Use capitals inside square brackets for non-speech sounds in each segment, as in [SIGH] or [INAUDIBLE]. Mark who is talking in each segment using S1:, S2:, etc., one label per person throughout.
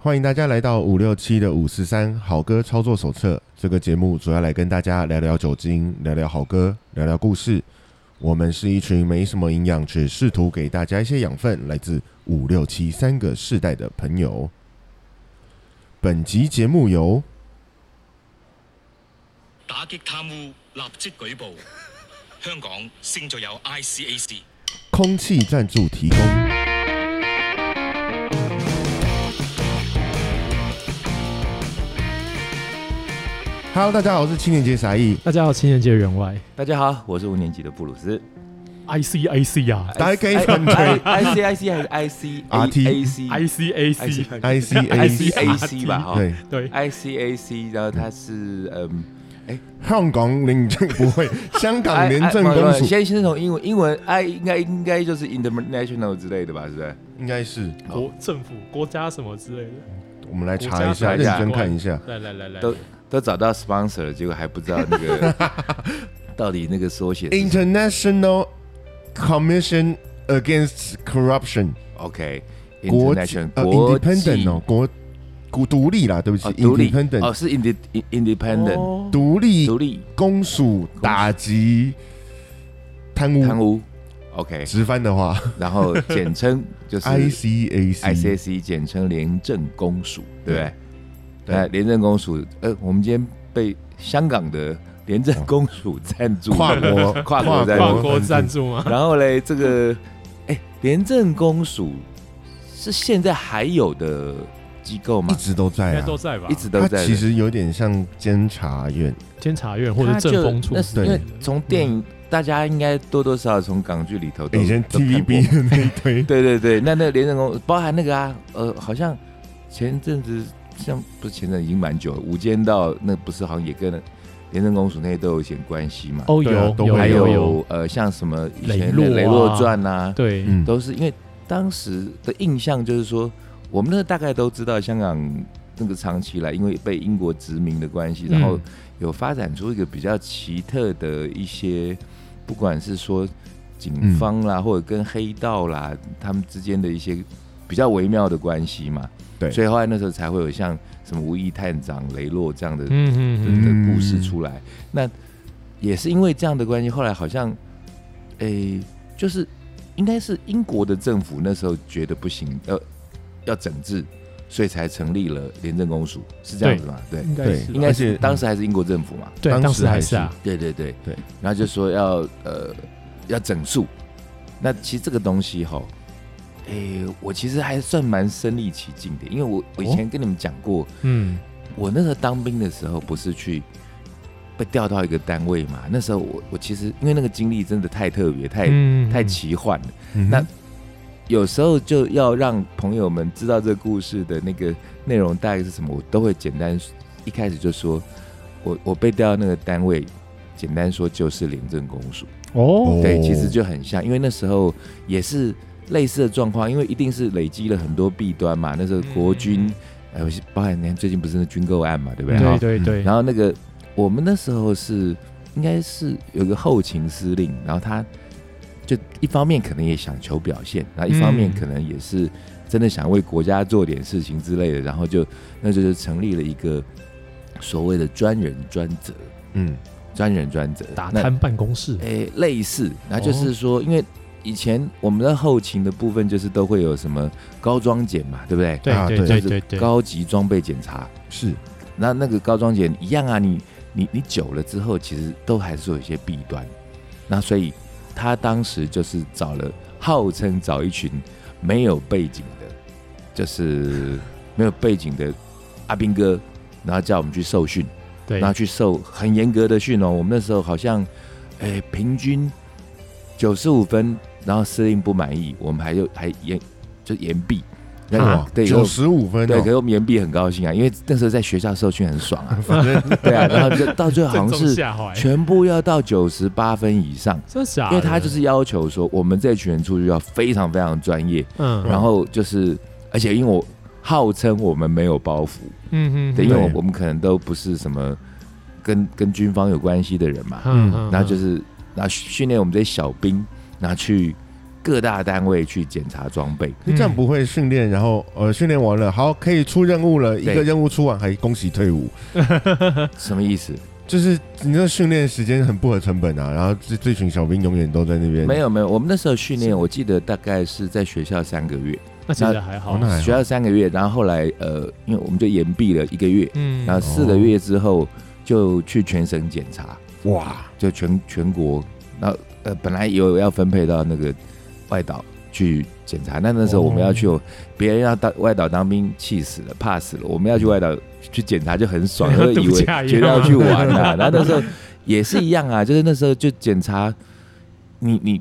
S1: 欢迎大家来到五六七的五四三好歌操作手册。这个节目主要来跟大家聊聊酒精，聊聊好歌，聊聊故事。我们是一群没什么营养，只试图给大家一些养分，来自五六七三个世代的朋友。本集节目由
S2: 打擊貪污，立即舉報。香港勝在有 ICAC。
S1: 空气赞助提供。Hello，大家好，我是青年节傻义。
S3: 大家好，青年节员外
S4: 大家好，我是五年级的布鲁斯。
S3: ，I C I C 啊呀
S4: 哎
S1: 大家可以反推
S4: I C I C 还是 I C
S1: RT
S4: A C
S3: ，I C A C，
S4: 哎
S1: I C A
S4: I
S1: C
S4: C A C 吧？哈，
S1: 对，
S3: 对，
S4: ，I C A C，然后它是嗯，
S1: 香港廉政不会，香港廉政
S4: 哎
S1: 公
S4: 哎不不不
S1: 署
S4: 先先从英文，英文 I 应该应该就是 international 之类的吧？是不是？
S1: 应该是，
S3: 国政府、国家什么之类的。
S1: 我们来查一下，
S4: 国
S1: 认
S4: 家
S1: 真看一下。
S3: 来来来来，
S4: 都都找到 sponsor 了，结果还不知道
S1: [LAUGHS]
S4: 那个到底那个缩写是什么。
S1: International Commission Against Corruption，
S4: OK，
S1: 国
S4: international
S1: 呃
S4: 国际
S1: independent 哦，国国独立啦，对不起
S4: 哦，独立哦
S1: ，independent
S4: 是 inde independent
S3: 哦
S1: 独立
S4: 独立
S1: 公署打击贪
S4: 贪
S1: 污，
S4: 污 OK，
S1: 直翻的话
S4: 然后简称就
S1: [LAUGHS]
S4: 是
S1: I C A C
S4: ICC E 简称廉政公署，对不对？
S1: 对
S4: 呃，廉政公署，呃，我们今天被香港的廉政公署赞助，
S1: 跨国
S4: [LAUGHS] 跨国赞
S3: 跨
S4: 助。
S3: 国赞助吗？
S4: 然后嘞，这个，哎，廉政公署是现在还有的机构
S1: 一
S4: 吗？
S1: 直都
S3: 应
S1: 在
S3: 该
S1: 啊，
S3: 都在吧
S4: 一？直都
S1: 它
S4: 在的。
S1: 其实有点像监察院，
S3: 监察院或者政风处
S4: 那
S3: 之
S4: 是
S1: 对
S4: 因
S3: 类
S4: 为
S3: 的。
S4: 从电影，大家应该多多少少从港剧里头都
S1: 嗯以前
S4: 都看过
S1: TVB 的那一堆。
S4: 对对对，那那廉政公包含那个啊，呃，好像前阵子像不是前阵子已经蛮久了，《无间道》那不是好像也跟廉政公署那些都有一些关系嘛？
S3: 哦，
S1: 对啊
S3: 有
S1: 都
S3: 有
S1: 会
S4: 还
S3: 有
S4: 有
S3: 有，
S4: 呃，像什么以
S3: 雷
S4: 前
S3: 洛
S4: 的
S3: 啊
S4: 《雷洛传》呐，
S3: 对，
S1: 嗯，
S4: 都是因为当时的印象就是说，我们那个大概都知道香港那个长期以来因为被英国殖民的关系，然后
S3: 嗯
S4: 有发展出一个比较奇特的一些，不管是说警
S1: 嗯
S4: 方啦，或者跟黑道啦，他们之间的一些比较微妙的关系嘛。
S1: 对
S4: 所以后来那时候才会有像什么吴义探长、雷洛这样的
S3: 嗯嗯嗯，
S4: 的
S1: 嗯
S4: 故事出来。那也是因为这样的关系，后来好像，诶、就是应该是英国的政府那时候觉得不行，要要整治，所以才成立了廉政公署，是这样子吗？对，
S3: 应该
S1: 对
S3: 是吧
S4: 应该
S1: 而且
S4: 是当时还是英国政府嘛。
S3: 对，
S1: 当时
S3: 当时还是啊，
S4: 对对对
S1: 对，
S4: 然后就说要呃要整肃。那其实这个东西哈，诶、我其实还算蛮身临其境的，因为我
S1: 哦
S4: 我以前跟你们讲过，
S3: 嗯，
S4: 我那时候当兵的时候，不是去被调到一个单位嘛？那时候我我其实因为那个经历真的太特别，太、
S3: 嗯
S4: 太，奇幻了。
S1: 嗯
S4: 那有时候就要让朋友们知道这个故事的那个内容大概是什么，我都会简单一开始就说，我我被调到那个单位，简单说就是廉政公署。
S3: 哦，
S4: 对，
S1: 哦
S4: 其实就很像，因为那时候也是类似的状况，因为一定是累积了很多弊端嘛。那时候国军，呃，包含你看最近不是那军购案嘛，对不对？
S3: 对
S4: 哈
S3: 对对，
S4: 然后那个我们那时候是应该是有个后勤司令，然后他就一方面可能也想求表现，然后一方面
S3: 嗯
S4: 可能也是真的想为国家做点事情之类的，然后就那就是成立了一个所谓的专人专责，
S1: 嗯，
S4: 专人专责
S3: 打哦
S4: 那
S3: 贪办公室，
S4: 诶、类似，然后就是说，因为以前我们的后勤的部分就是都会有什么高装检嘛，对不对？
S3: 对
S1: 啊
S3: 对
S1: 对
S3: 对
S4: 就是
S3: 对对，
S4: 高级装备检查，
S1: 是
S4: 那那个高装检一样啊，你你你久了之后，其实都还是有一些弊端。那所以他当时就是找了，号称找一群没有背景的，就是 [LAUGHS] 没有背景的阿兵哥，然后叫我们去受训。
S3: 对
S4: 然后去受很严格的训哦。我们那时候好像，哎、平均九十五分，然后司令不满意，我们还有还严就严毕。那
S3: 啊
S4: 对，
S1: 九
S4: 有
S1: 十五分
S4: 对，可
S1: 哦，。
S4: 是我们严毕很高兴啊，因为那时候在学校受训很爽
S3: [LAUGHS]
S4: 啊
S1: [LAUGHS] 反正
S4: 对啊，然后就到最后好
S3: 正
S4: 像
S3: 中
S4: 是
S3: 下怀，
S4: 全部要到九十八分以上，
S3: 真的假的？
S4: 因为他就是要求说我们这群人出去要非常非常专业，
S3: 嗯，
S4: 然后就是而且因为我号称我们没有包袱，
S3: 嗯嗯，
S4: 对，因为我
S1: 对
S4: 我们可能都不是什么跟跟军方有关系的人嘛，
S3: 嗯，
S4: 然后就是然后训练我们这些小兵，然后去各大单位去检查装备。
S1: 那这样不会训练，然后呃训练完了，好可以出任务了，一
S4: 对
S1: 个任务出完还恭喜退伍，
S4: 什么意思？
S1: 就是你这训练时间很不合成本啊，然后这这群小兵永远都在那边
S4: 没有没有，我们那时候训练，我记得大概是在学校三个月，
S3: 那其实还好
S1: 哦，那还好
S4: 学校三个月，然后后来呃，因为我们就延毕了一个月，
S3: 嗯
S4: 然后四个月之后就去全省检查，
S1: 哇，
S4: 就全全国，然后呃本来有要分配到那个外岛去检查，那那时候我们要
S3: 哦
S4: 去，别人要到外岛当兵，气死了，怕死了，我们要去外岛去检查就很
S3: [LAUGHS]
S4: 爽，就以
S3: 度
S4: 为
S3: 假一样
S4: 觉得要去玩啦、然 [LAUGHS] 后那时候也是一样啊，就是那时候就检查，你你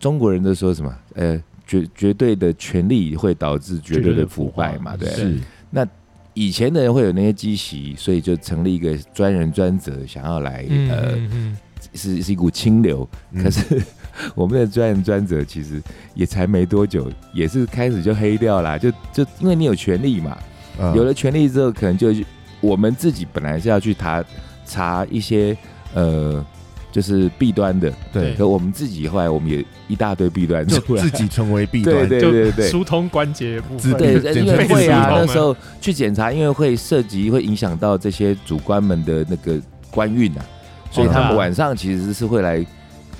S4: 中国人都说什么？呃，绝绝对的权力会导致绝对的腐败嘛，
S3: 绝
S4: 对
S3: 对的腐化
S4: 啊。
S1: 是
S4: 以前的人会有那些积习，所以就成立一个专人专责，想要来、
S3: 嗯
S4: 呃
S3: 嗯嗯
S4: 是是一股清流，
S1: 嗯
S4: 可是 [LAUGHS] 我们的专人专责其实也才没多久，也是开始就黑掉啦，就就因为你有权利嘛，
S1: 啊
S4: 有了权利之后，可能就我们自己本来是要去查查一些呃就是弊端的，
S1: 对
S4: 可我们自己后来我们也一大堆弊端
S1: 就
S4: 出来
S1: 自，己成为弊
S4: 对
S1: 端，
S4: 对
S3: 就
S4: 对对。
S3: 疏通关节部
S1: 自
S3: 分，
S1: [LAUGHS]
S4: [LAUGHS] 对，
S1: 简
S4: 因
S1: 直
S4: 为
S1: 被
S4: 会啊
S3: 疏，通
S4: 那
S3: 了
S4: 时候去检查，因为会涉及会影响到这些主官们的那个官运啊，所以他
S3: 哦啊
S4: 们晚上其实是会来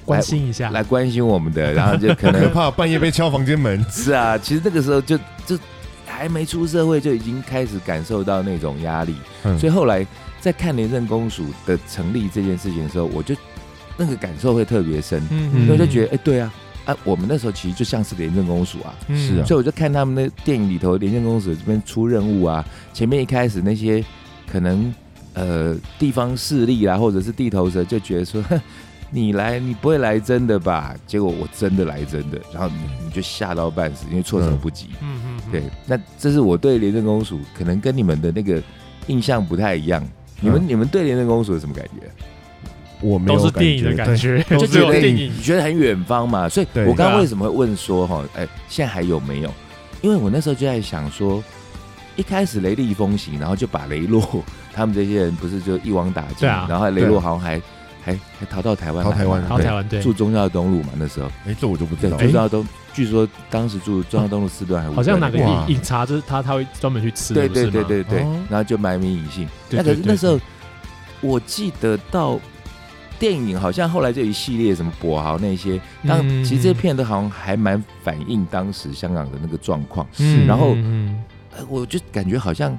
S3: 关心一下，
S4: 来关心我们的，然后就
S1: 可 [LAUGHS]
S4: 可能，
S1: 怕，半夜被敲房间门
S4: 是啊，其实那个时候就就还没出社会就已经开始感受到那种压力，
S1: 嗯
S4: 所以后来在看廉政公署的成立这件事情的时候，我就那个感受会特别深，
S3: 嗯
S4: 因为
S1: 我
S4: 就觉得哎、对啊啊，我们那时候其实就像是廉政公署啊，
S3: 嗯
S1: 是啊
S4: 所以我就看他们那电影里头廉政公署这边出任务啊，前面一开始那些可能呃地方势力啦，或者是地头蛇就觉得说。 [LAUGHS] 哼你来，你不会来真的吧？结果我真的来真的，然后你你就吓到半死，因为措手不及。
S3: 嗯嗯嗯
S4: 对，那这是我对廉政公署可能跟你们的那个印象不太一样。你们、你们对廉政公署有什么感觉？
S1: 我没
S3: 都
S1: 有
S3: 是电影的感
S1: 对
S3: 觉，
S4: 就
S3: 都是
S4: 觉
S3: 有
S4: 得
S3: 电
S4: 你
S3: 影，
S4: 觉得很远方嘛，所以
S1: 对
S4: 我
S3: 对
S4: 刚
S3: 啊
S4: 刚为什么会问说哈，哎、现在还有没有？因为我那时候就在想说，一开始雷厉风行，然后就把雷洛他们这些人不是就一网打尽，
S3: 对啊
S4: 然后雷洛好像还还还逃到台湾
S1: 逃
S4: 来嘛，
S1: 台湾
S3: 然后台湾对，
S4: 住中校东路嘛，那时候
S1: 哎，这我就不知
S4: 对
S1: 道，
S4: 中校东，据说当时住中校东路四段还是五
S3: 好像
S4: 段
S3: 哪个
S1: 哇
S3: 饮饮茶就是他他会专门去吃，
S4: 对
S3: 不是
S4: 对
S3: 吗
S4: 对对对
S1: 哦，
S4: 然后就埋名隐姓。
S3: 对
S4: 那可是
S3: 对对
S4: 那时候，我记得到电影好像后来就一系列什么跛豪那些，当
S3: 嗯
S4: 其实这些片都好像还蛮反映当时香港的那个状况。
S3: 嗯
S4: 然后
S3: 嗯
S4: 呃我就感觉好像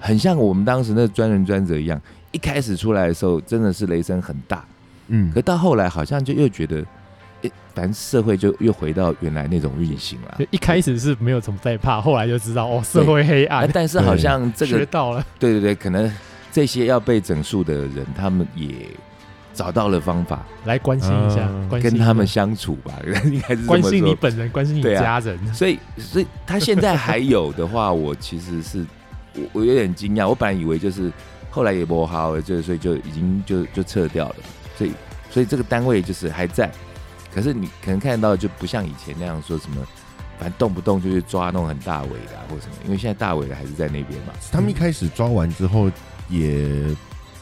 S4: 很像我们当时那专人专责一样，一开始出来的时候真的是雷声很大，
S1: 嗯
S4: 可，到后来好像就又觉得，诶，反正社会就又回到原来那种运行了
S3: 嗯。就一开始是没有什么在怕，后来就知道哦，社会黑
S4: 啊
S3: 暗，
S4: 但是好像这个
S3: 学到了，
S4: 对对对，可能这些要被整肃的人，他们也找到了方法
S3: 来关心一下
S1: 嗯，
S3: 关心
S4: 跟
S3: 一
S4: 他们
S3: 下
S4: 相处吧， [LAUGHS] 应该是这么
S3: 关心你
S4: 说。
S3: 本人，关心你
S4: 对啊
S3: 家人，
S4: 所以，所以他现在还有的话，我其实是我 [LAUGHS] 我有点惊讶，我本来以为就是后来也不好了，就所以就已经就就撤掉了，所以所以这个单位就是还在，可是你可能看到就不像以前那样说什么，反正动不动就去抓那种很大尾的、啊、或什么，因为现在大尾的还是在那边嘛。
S1: 他们一开始抓完之后也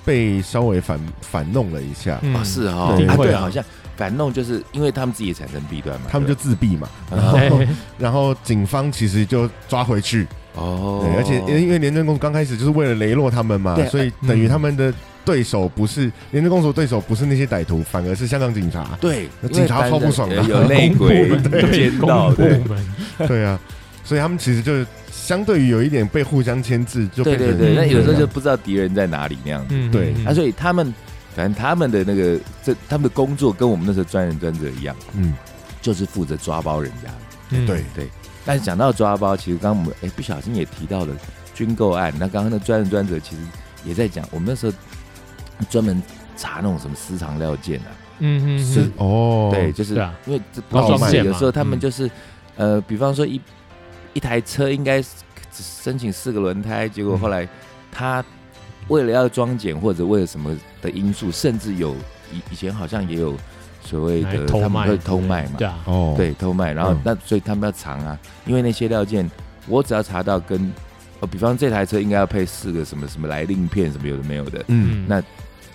S1: 被稍微反反弄了一下，
S3: 嗯
S4: 哦，是哦，
S1: 一定
S4: 啊，
S3: 会
S4: 对，
S3: 啊
S4: 好像反弄就是因为他们自己也产生弊端嘛，
S1: 他们就
S4: 对
S1: 自闭嘛，
S4: 吧
S1: 然后
S4: 嗯
S3: 哎
S1: 然后警方其实就抓回去，
S4: 哦
S1: 对，而且因为廉政公署刚开始就是为了雷洛他们嘛
S4: 对，嗯
S1: 所以等于他们的对手不是廉政公署的对手不是那些歹徒，反而是香港警察。
S4: 对
S1: 那警察超不爽啊的
S4: 因为反正有内鬼
S1: [LAUGHS]
S3: 公部门、对
S4: 监道，
S3: 公部
S4: 对
S3: 门，
S1: 对啊，所以他们其实就相对于有一点被互相牵制，就
S4: 对
S1: 变
S4: 对
S1: 成
S3: 嗯
S4: 对，那有时候
S1: 这
S4: 就
S1: 样
S4: 不知道敌人在哪里那样子。
S3: 嗯
S1: 对
S4: 啊，所以他们反正他们的那个这他们的工作跟我们那时候专人专责一样，
S1: 嗯，
S4: 就是负责抓包人家。
S3: 嗯
S1: 对，
S4: 但是讲到抓包，其实刚刚我们哎不小心也提到了军购案，那刚刚那专人专责其实也在讲，我们那时候专门查那种什么私藏料件啊。
S3: 嗯嗯
S1: 是
S3: 嗯
S1: 哦，
S4: 对，就是
S3: 对啊
S4: 因为这
S1: 然后
S4: 不
S1: 装
S4: 是
S3: 卸嘛
S4: 有时候他们
S3: 嗯
S4: 就是，呃，比方说一一台车应该只申请四个轮胎，结果
S3: 嗯
S4: 后来他为了要装检或者为了什么的因素，甚至有以以前好像也有所谓
S3: 来
S4: 的
S3: 偷
S4: 他
S3: 卖
S4: 们会偷卖嘛，
S3: 对啊，
S1: 哦，
S4: 对，偷卖，然后
S1: 嗯
S4: 那所以他们要藏啊，因为那些料件我只要查到哦跟，呃，比方这台车应该要配四个什么什么来令片什么有的没有的，
S1: 嗯，
S4: 那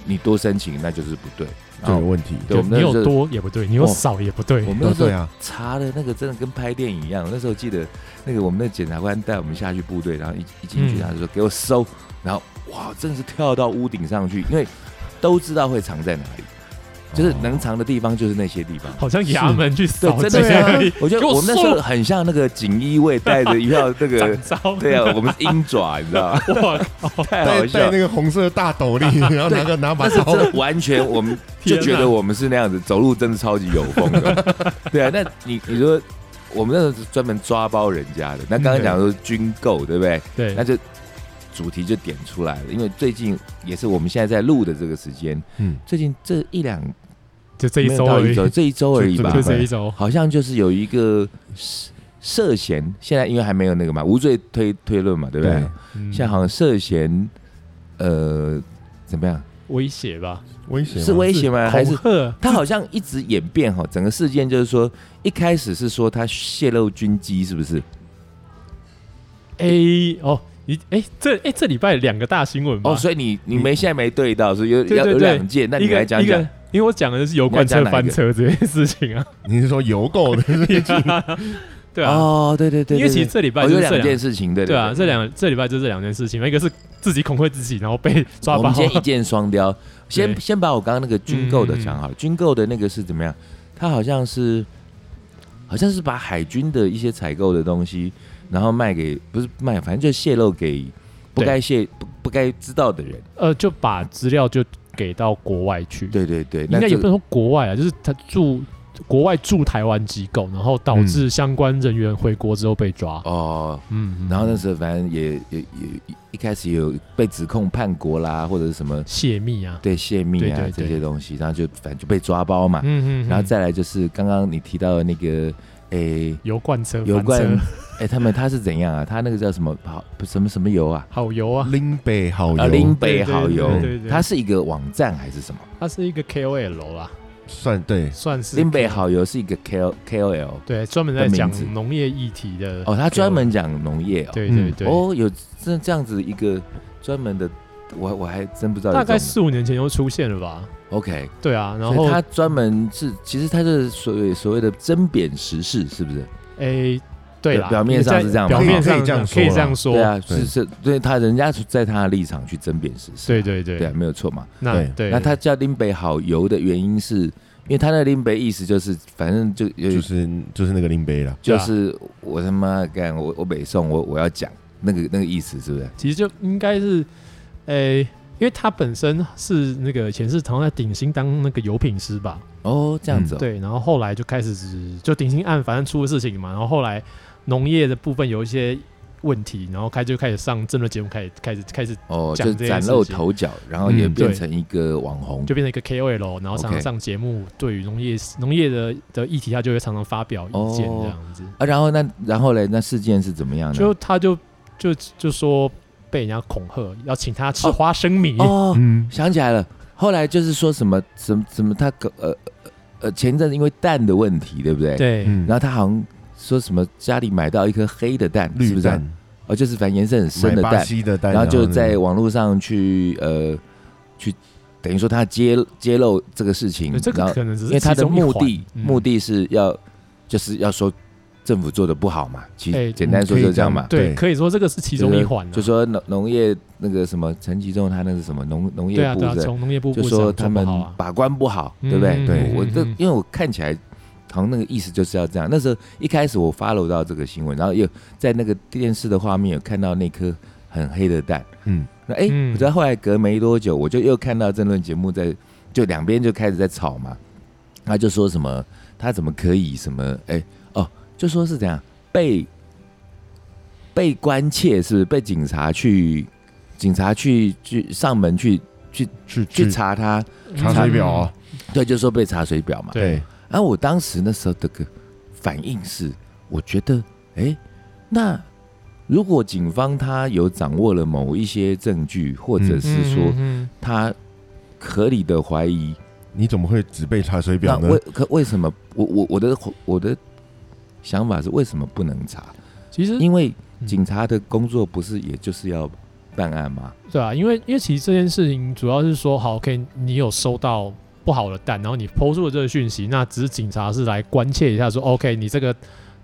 S4: 你多申请那就是不对。
S1: 这
S4: 然
S1: 个
S4: 后
S1: 问题，
S4: 对我们
S3: 你
S4: 那时
S3: 有
S4: 候
S3: 多也不对，你有
S4: 哦
S3: 少也不对
S4: 我，们
S1: 对
S4: 那时候
S1: 对啊，
S4: 查的那个真的跟拍电影一样。那时候记得那个我们的检察官带我们下去部队，然后一一进去
S3: 嗯
S4: 他就说啊给我搜，然后哇，真的是跳到屋顶上去，因为都知道会藏在哪里，就是
S3: 哦
S4: 能藏的地方就是那些
S3: [LAUGHS]
S4: 地方。
S3: [LAUGHS] 好像衙门去
S4: 对
S3: 扫，
S4: 真
S3: 这
S4: 的
S3: 些
S4: 是
S3: 而已，
S4: [LAUGHS] 我觉
S3: 哦啊给
S4: 得我
S3: 我
S4: 们那时候很像那个锦衣卫
S3: [LAUGHS]
S4: 带着一票那个
S3: 长，招， [LAUGHS]
S4: 对啊，我们是鹰爪，你知道吗？
S3: 我靠，
S4: 太
S1: 戴
S4: 好笑
S1: 戴
S4: 了。
S1: 那个红色的大斗
S4: [LAUGHS]
S1: 笠，然后拿个拿把
S4: 但是
S1: 刀
S4: [LAUGHS] 真，的完全，我们就
S3: 天哪
S4: 觉得我们是那样子，走路真的超级有风的。对啊，那你你说我们那时候是专门抓包人家的，那刚刚讲说军购，对不对？
S3: 对
S4: 那，就主题就点出来了，因为最近也是我们现在在录的这个时间，
S1: 嗯，
S4: 最近这一两
S3: 就这一
S4: 没有
S3: 周
S4: 到
S3: 而
S4: 一
S3: 已，
S4: 周，
S3: 就
S4: 这一周而已
S1: 就
S4: 吧，
S1: 个
S3: 这一周，
S4: 好像就是有一个涉涉嫌，现在因为还没有那个嘛，无罪推推论嘛，对不对？
S1: 对
S3: 嗯
S4: 现在好像涉嫌，呃，怎么样？
S3: 威胁吧，
S1: 危险啊吗
S4: 是威胁吗？还
S3: 恐
S4: 是
S3: 吓？
S4: 他好像一直演变哈？整个事件就是说，一开始是说他泄露军机，是不是？
S3: 嗯 A 哦，你哎、这哎、这礼拜两个大新闻吧，
S4: 哦，所以你你没现在没对到，所以有
S3: 对
S4: 要
S3: 对
S4: 有
S3: 对
S4: 两件，那你
S3: 一个
S4: 来讲
S3: 一个
S4: 讲。
S3: 因为我讲的就是油罐车翻车这件事情啊，
S1: 你是说邮购的？
S3: 对啊，
S4: 哦， [LAUGHS] 对对对，
S3: 因为其实
S4: 对
S3: 这礼拜
S4: 哦
S3: 就
S4: 有
S3: 是这
S4: 两
S3: 两
S4: 件事情，对
S3: 对啊，这两这礼拜就是这两件事情，一个是自己恐吓自己，然后被抓
S4: 我
S3: 包 [LAUGHS]
S4: 们，先一箭双雕，先
S3: 对
S4: 先把我刚刚那个军购的
S3: 嗯嗯
S4: 讲好了。军购的那个是怎么样？他好像是好像是把海军的一些采购的东西，然后卖给不是卖，反正就泄露给不
S3: 对
S4: 该泄不不该知道的人。
S3: 呃，就把资料就给到国外去，
S4: 对对对，
S3: 应
S4: 那
S3: 该也
S4: 这
S3: 不能说国外啊，就是他驻国外驻台湾机构，然后导致相关人员回国之后被抓，
S4: 嗯哦。
S3: 嗯，嗯
S4: 然后那时候反正也也也一开始也有被指控叛国啦，或者是什么
S3: 泄密啊，
S4: 对泄密啊
S3: 对对
S4: 这
S3: 对
S4: 些东西，然后就反正就被抓包嘛。
S3: 嗯嗯，嗯
S4: 啊然后再来就是刚刚你提到的那个诶。
S3: 油罐车
S4: 油
S3: 翻
S4: 罐
S3: 车，，
S4: 哎、他们他是怎样啊？他那个叫什么好什么什么油 [LAUGHS] 啊？
S3: 好油啊，
S1: 林北好
S4: 啊，
S1: 邮
S4: 林北好油
S3: 对对对对，对
S4: 它是一个网站还是什么？
S3: 它是一个 KOL 啦，
S1: 算对，
S3: 算是
S4: 林北好油是一个 K O K O L
S3: 对，专门在
S4: 的名字
S3: 讲农业议题的
S4: 哦，他专门讲农业哦，
S3: 对
S1: 嗯
S3: 对对，
S4: 哦，有这这样子一个专门的，我我还真不知道有
S3: 大
S4: 这种的。
S3: 概四五年前就出现了吧？
S4: OK，
S3: 对啊，然
S4: 所以
S3: 后
S4: 他专门是，其实他是所谓所谓的针砭时事，是不是？
S3: 诶，对啦，
S4: 表表面上是这样吧
S3: 表面
S1: 可
S3: 上
S1: 以这样说
S3: 可以这样说，
S4: 对啊，
S1: 对
S4: 是是，对他人家是在他的立场去针砭时事，
S3: 对对对
S4: 对啊，没有错嘛。
S3: 那
S1: 对
S3: 对，
S4: 那他叫林北好油的原因是，因为他那林北意思就是，反正就有
S1: 就是就是那个林北了。
S3: 对
S4: 就
S3: 啊
S4: 是我他妈干我我北宋我我要讲那个那个意思是不是？
S3: 其实就应该是诶。因为他本身是那个以前是好像在鼎新当那个油品师吧，
S4: 哦，这样子、哦
S3: 嗯对，然后后来就开始只就鼎新案反正出了事情嘛，然后后来农业的部分有一些问题，然后开就开始上政论节目，开始开始开始
S4: 哦，
S3: 讲
S4: 就
S3: 这件
S4: 崭
S3: 事
S4: 露
S3: 情
S4: 头角，然后也
S1: 嗯
S4: 变
S3: 对
S4: 成一个网红。
S3: 就变成一个 KOL，然后常常
S4: OK
S3: 上节目，对于农业农业的的议题，他就会常常发表意见
S4: 哦
S3: 这样子。
S4: 啊，然后那然后嘞，那事件是怎么样呢？
S3: 就他就就就说被人家恐吓，要请他吃
S4: 哦
S3: 花生米。
S4: 哦，
S1: 嗯，
S4: 想起来了，后来就是说什么什么什么他搞呃呃呃前阵子因为蛋的问题，对不对？。
S3: [LAUGHS] 对，
S1: 嗯
S4: 然后他好像说什么家里买到一颗黑的蛋，是
S1: 绿
S4: 不是啊？
S1: 蛋，
S4: 哦，就是反正颜色很深
S1: 买
S4: 的
S1: 巴
S4: 蛋，
S1: 西的蛋，
S4: 然后就
S1: 那个
S4: 在网络上去呃去，等于说他揭揭露这个事情，
S3: 对这
S4: 然
S3: 个
S4: 后
S3: 可能只
S4: 因
S3: 是
S4: 为他
S3: 其
S4: 的
S3: 中一
S4: 目
S3: 环
S4: 的、
S3: 嗯
S4: 目的是要就是要说政府做的不好嘛，其实
S3: 哎
S4: 简单说
S1: 可以
S4: 就是这样
S1: 这样
S4: 嘛，
S3: 对，
S1: 对
S3: 可以说这个是其中一环啊。
S4: 啊就说农农业那个什么陈其重他那个什么农农
S3: 对
S4: 业
S3: 啊，
S4: 部
S3: 对啊，
S4: 的，
S3: 从农业部部
S4: 就
S3: 长
S4: 说
S3: 做
S4: 他
S3: 不
S4: 们
S3: 好啊，
S4: 把关不好，对不对？
S3: 嗯
S1: 对
S4: 我这
S3: 嗯
S4: 因为我看起来。好像那个意思就是要这样。那时候一开始我 follow 到这个新闻，然后又在那个电视的画面有看到那颗很黑的蛋，
S1: 嗯，
S4: 那哎，
S3: 嗯
S4: 我知道后来隔没多久，我就又看到政论节目在，就两边就开始在吵嘛，他就说什么他怎么可以什么哎哦，就说是怎样被被关切是不是被警察去警察去去上门去
S1: 去
S4: 去查他，
S1: 查水表啊，
S4: 对，就说被查水表嘛。
S3: 对
S1: 对，
S4: 然后我当时那时候的个反应是，我觉得，哎，那如果警方他有掌握了某一些证据，或
S1: 嗯
S4: 者
S3: 嗯，
S4: 是说
S3: 嗯嗯
S4: 他合理的怀疑，
S1: 你怎么会只背查水
S4: 那
S1: 表呢
S4: 为？可为什么我我我的我的想法是为什么不能查？
S3: 嗯其实
S4: 因为
S3: 嗯
S4: 警察的工作不是也就是要办案吗？
S3: 对啊，因为因为其实这件事情主要是说，好，OK，你有收到不好的蛋，然后你抛出了这个讯息，那只是警察是来关切一下说，OK，你这个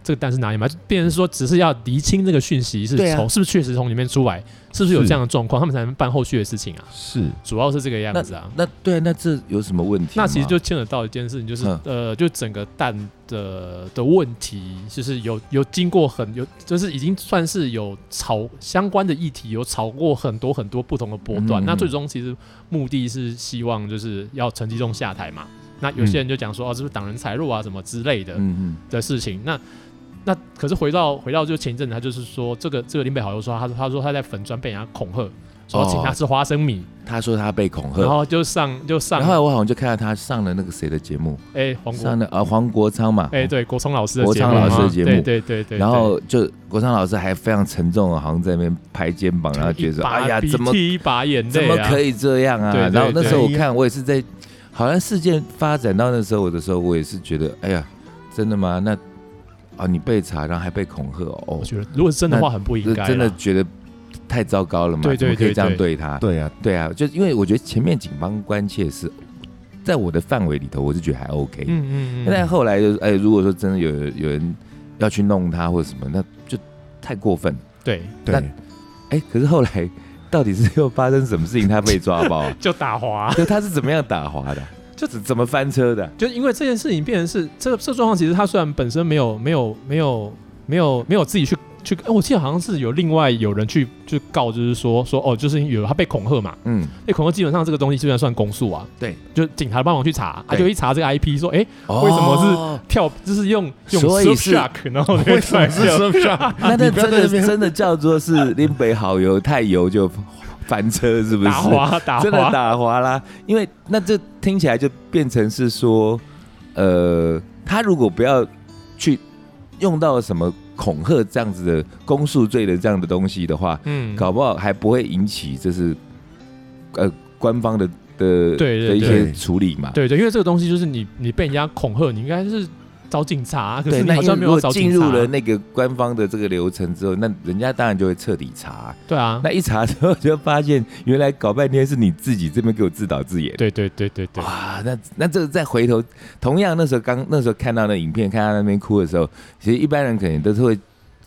S3: 这个蛋是哪里买？就变成说只是要厘清这个讯息是
S4: 对啊
S3: 从、是不是确实从里面出来，是不是有
S1: 是
S3: 这样的状况，他们才能办后续的事情啊。
S1: 是
S3: 主要是这个样子啊。
S4: 那对，那这有什么问题吗？
S3: 那其实就牵扯到一件事情，就是、
S4: 嗯
S3: 呃，就整个蛋的的问题，就是有有经过很有，就是已经算是有吵相关的议题，有吵过很多很多不同的波段。
S4: 嗯
S3: 那最终其实目的是希望就是要陈吉仲下台嘛。那有些人就讲说，哦，这是挡人财路啊，什么之类的、
S4: 嗯
S3: 的事情。那那可是回到回到就前一阵子，他就是说这个这个林北好友说，他他说他在粉砖被人家恐吓，说请他吃花生米，
S4: 嗯，他说他被恐吓，
S3: 然后就上就上
S4: 然后我好像就看到他上了那个谁的节目，
S3: 哎、黄国
S4: 上了啊黄国昌嘛，
S3: 哎、对，国聪老师的
S4: 国
S3: 节目
S4: 昌
S3: 嘛，
S4: 老师的节
S3: 对
S4: 目
S3: 对对对，
S4: 然后就国昌老师还非常沉重的，哦好像在那边拍肩膀，然后觉得说：“哎呀，怎么
S3: 踢一把眼
S4: 怎
S3: 泪
S4: 么
S3: 啊？
S4: 可以这样啊
S3: 对？”对
S4: 然后那时候我
S1: 对
S4: 看，我也是在，好像事件发展到那时候的时候，我也是觉得：“哎呀，真的吗？那啊，你被查，然后还被恐吓哦
S3: 我，觉得如果是真的话，很不应
S4: 这
S3: 该啦。
S4: 真的觉得太糟糕了嘛？
S3: 对对
S4: 怎么可以
S3: 对
S4: 这样
S3: 对
S4: 对他？
S1: 对啊，
S4: 对啊，就因为我觉得前面警方关切是在我的范围里头，我是觉得还 OK 的。
S3: 嗯，嗯嗯
S4: 但
S3: 嗯，
S4: 后来就是，哎，如果说真的有有人要去弄他或者什么，那就太过分了。
S3: 对，？
S1: 对
S4: 那哎，可是后来到底是又发生什么事情，他被抓包、啊 [LAUGHS]
S3: 就打滑，
S4: 就他是怎么样打滑的？
S3: 就
S4: 怎怎么翻车的？
S3: 就因为这件事情变成是这这状况，其实他虽然本身没有没有没有没有没有自己去去，哎我记得好像是有另外有人去去告，就是说说哦，就是有他被恐吓嘛，
S4: 嗯，
S3: 被恐吓基本上这个东西基本上算公诉啊，
S4: 对，
S3: 就警察帮忙去查，他
S4: 对
S3: 就一查这个 IP 说，哎，
S4: 哦
S3: 为什么跳就是用用
S4: 所以
S3: Surf
S4: 是
S3: Shark，然后
S4: [LAUGHS]
S1: [LAUGHS] 为什么是 Surf
S3: Surf
S1: Shark？
S4: 那那
S1: [LAUGHS] 你不要
S4: 真
S1: 在那
S4: 的
S1: 边
S4: 真的叫做是林北好油太油就翻车，是不是
S3: 打？滑打
S4: 真的
S3: 滑，
S4: 打滑啦，因为那这听起来就变成是说，呃，他如果不要去用到什么恐吓这样子的公诉罪的这样的东西的话，
S3: 嗯，
S4: 搞不好还不会引起就是呃官方的
S3: 对
S4: 的
S3: 对
S4: 的一些
S1: 对
S4: 处理嘛。
S3: 对对，因为这个东西就是你你被人家恐吓，你应该是找警察啊、可
S4: 对，
S3: 是你
S4: 那
S3: 好
S4: 因为
S3: 像没
S4: 如
S3: 有
S4: 果
S3: 找警
S4: 进
S3: 察。
S4: 入了那个官方的这个流程之后，那人家当然就会彻底查。
S3: 对啊，
S4: 那一查之后就发现，原来搞半天是你自己这边给我自导自演。
S3: 对对对对对，
S4: 哇，那那这个再回头，同样那时候刚那时候看到那影片，看他那边哭的时候，其实一般人可能都是会，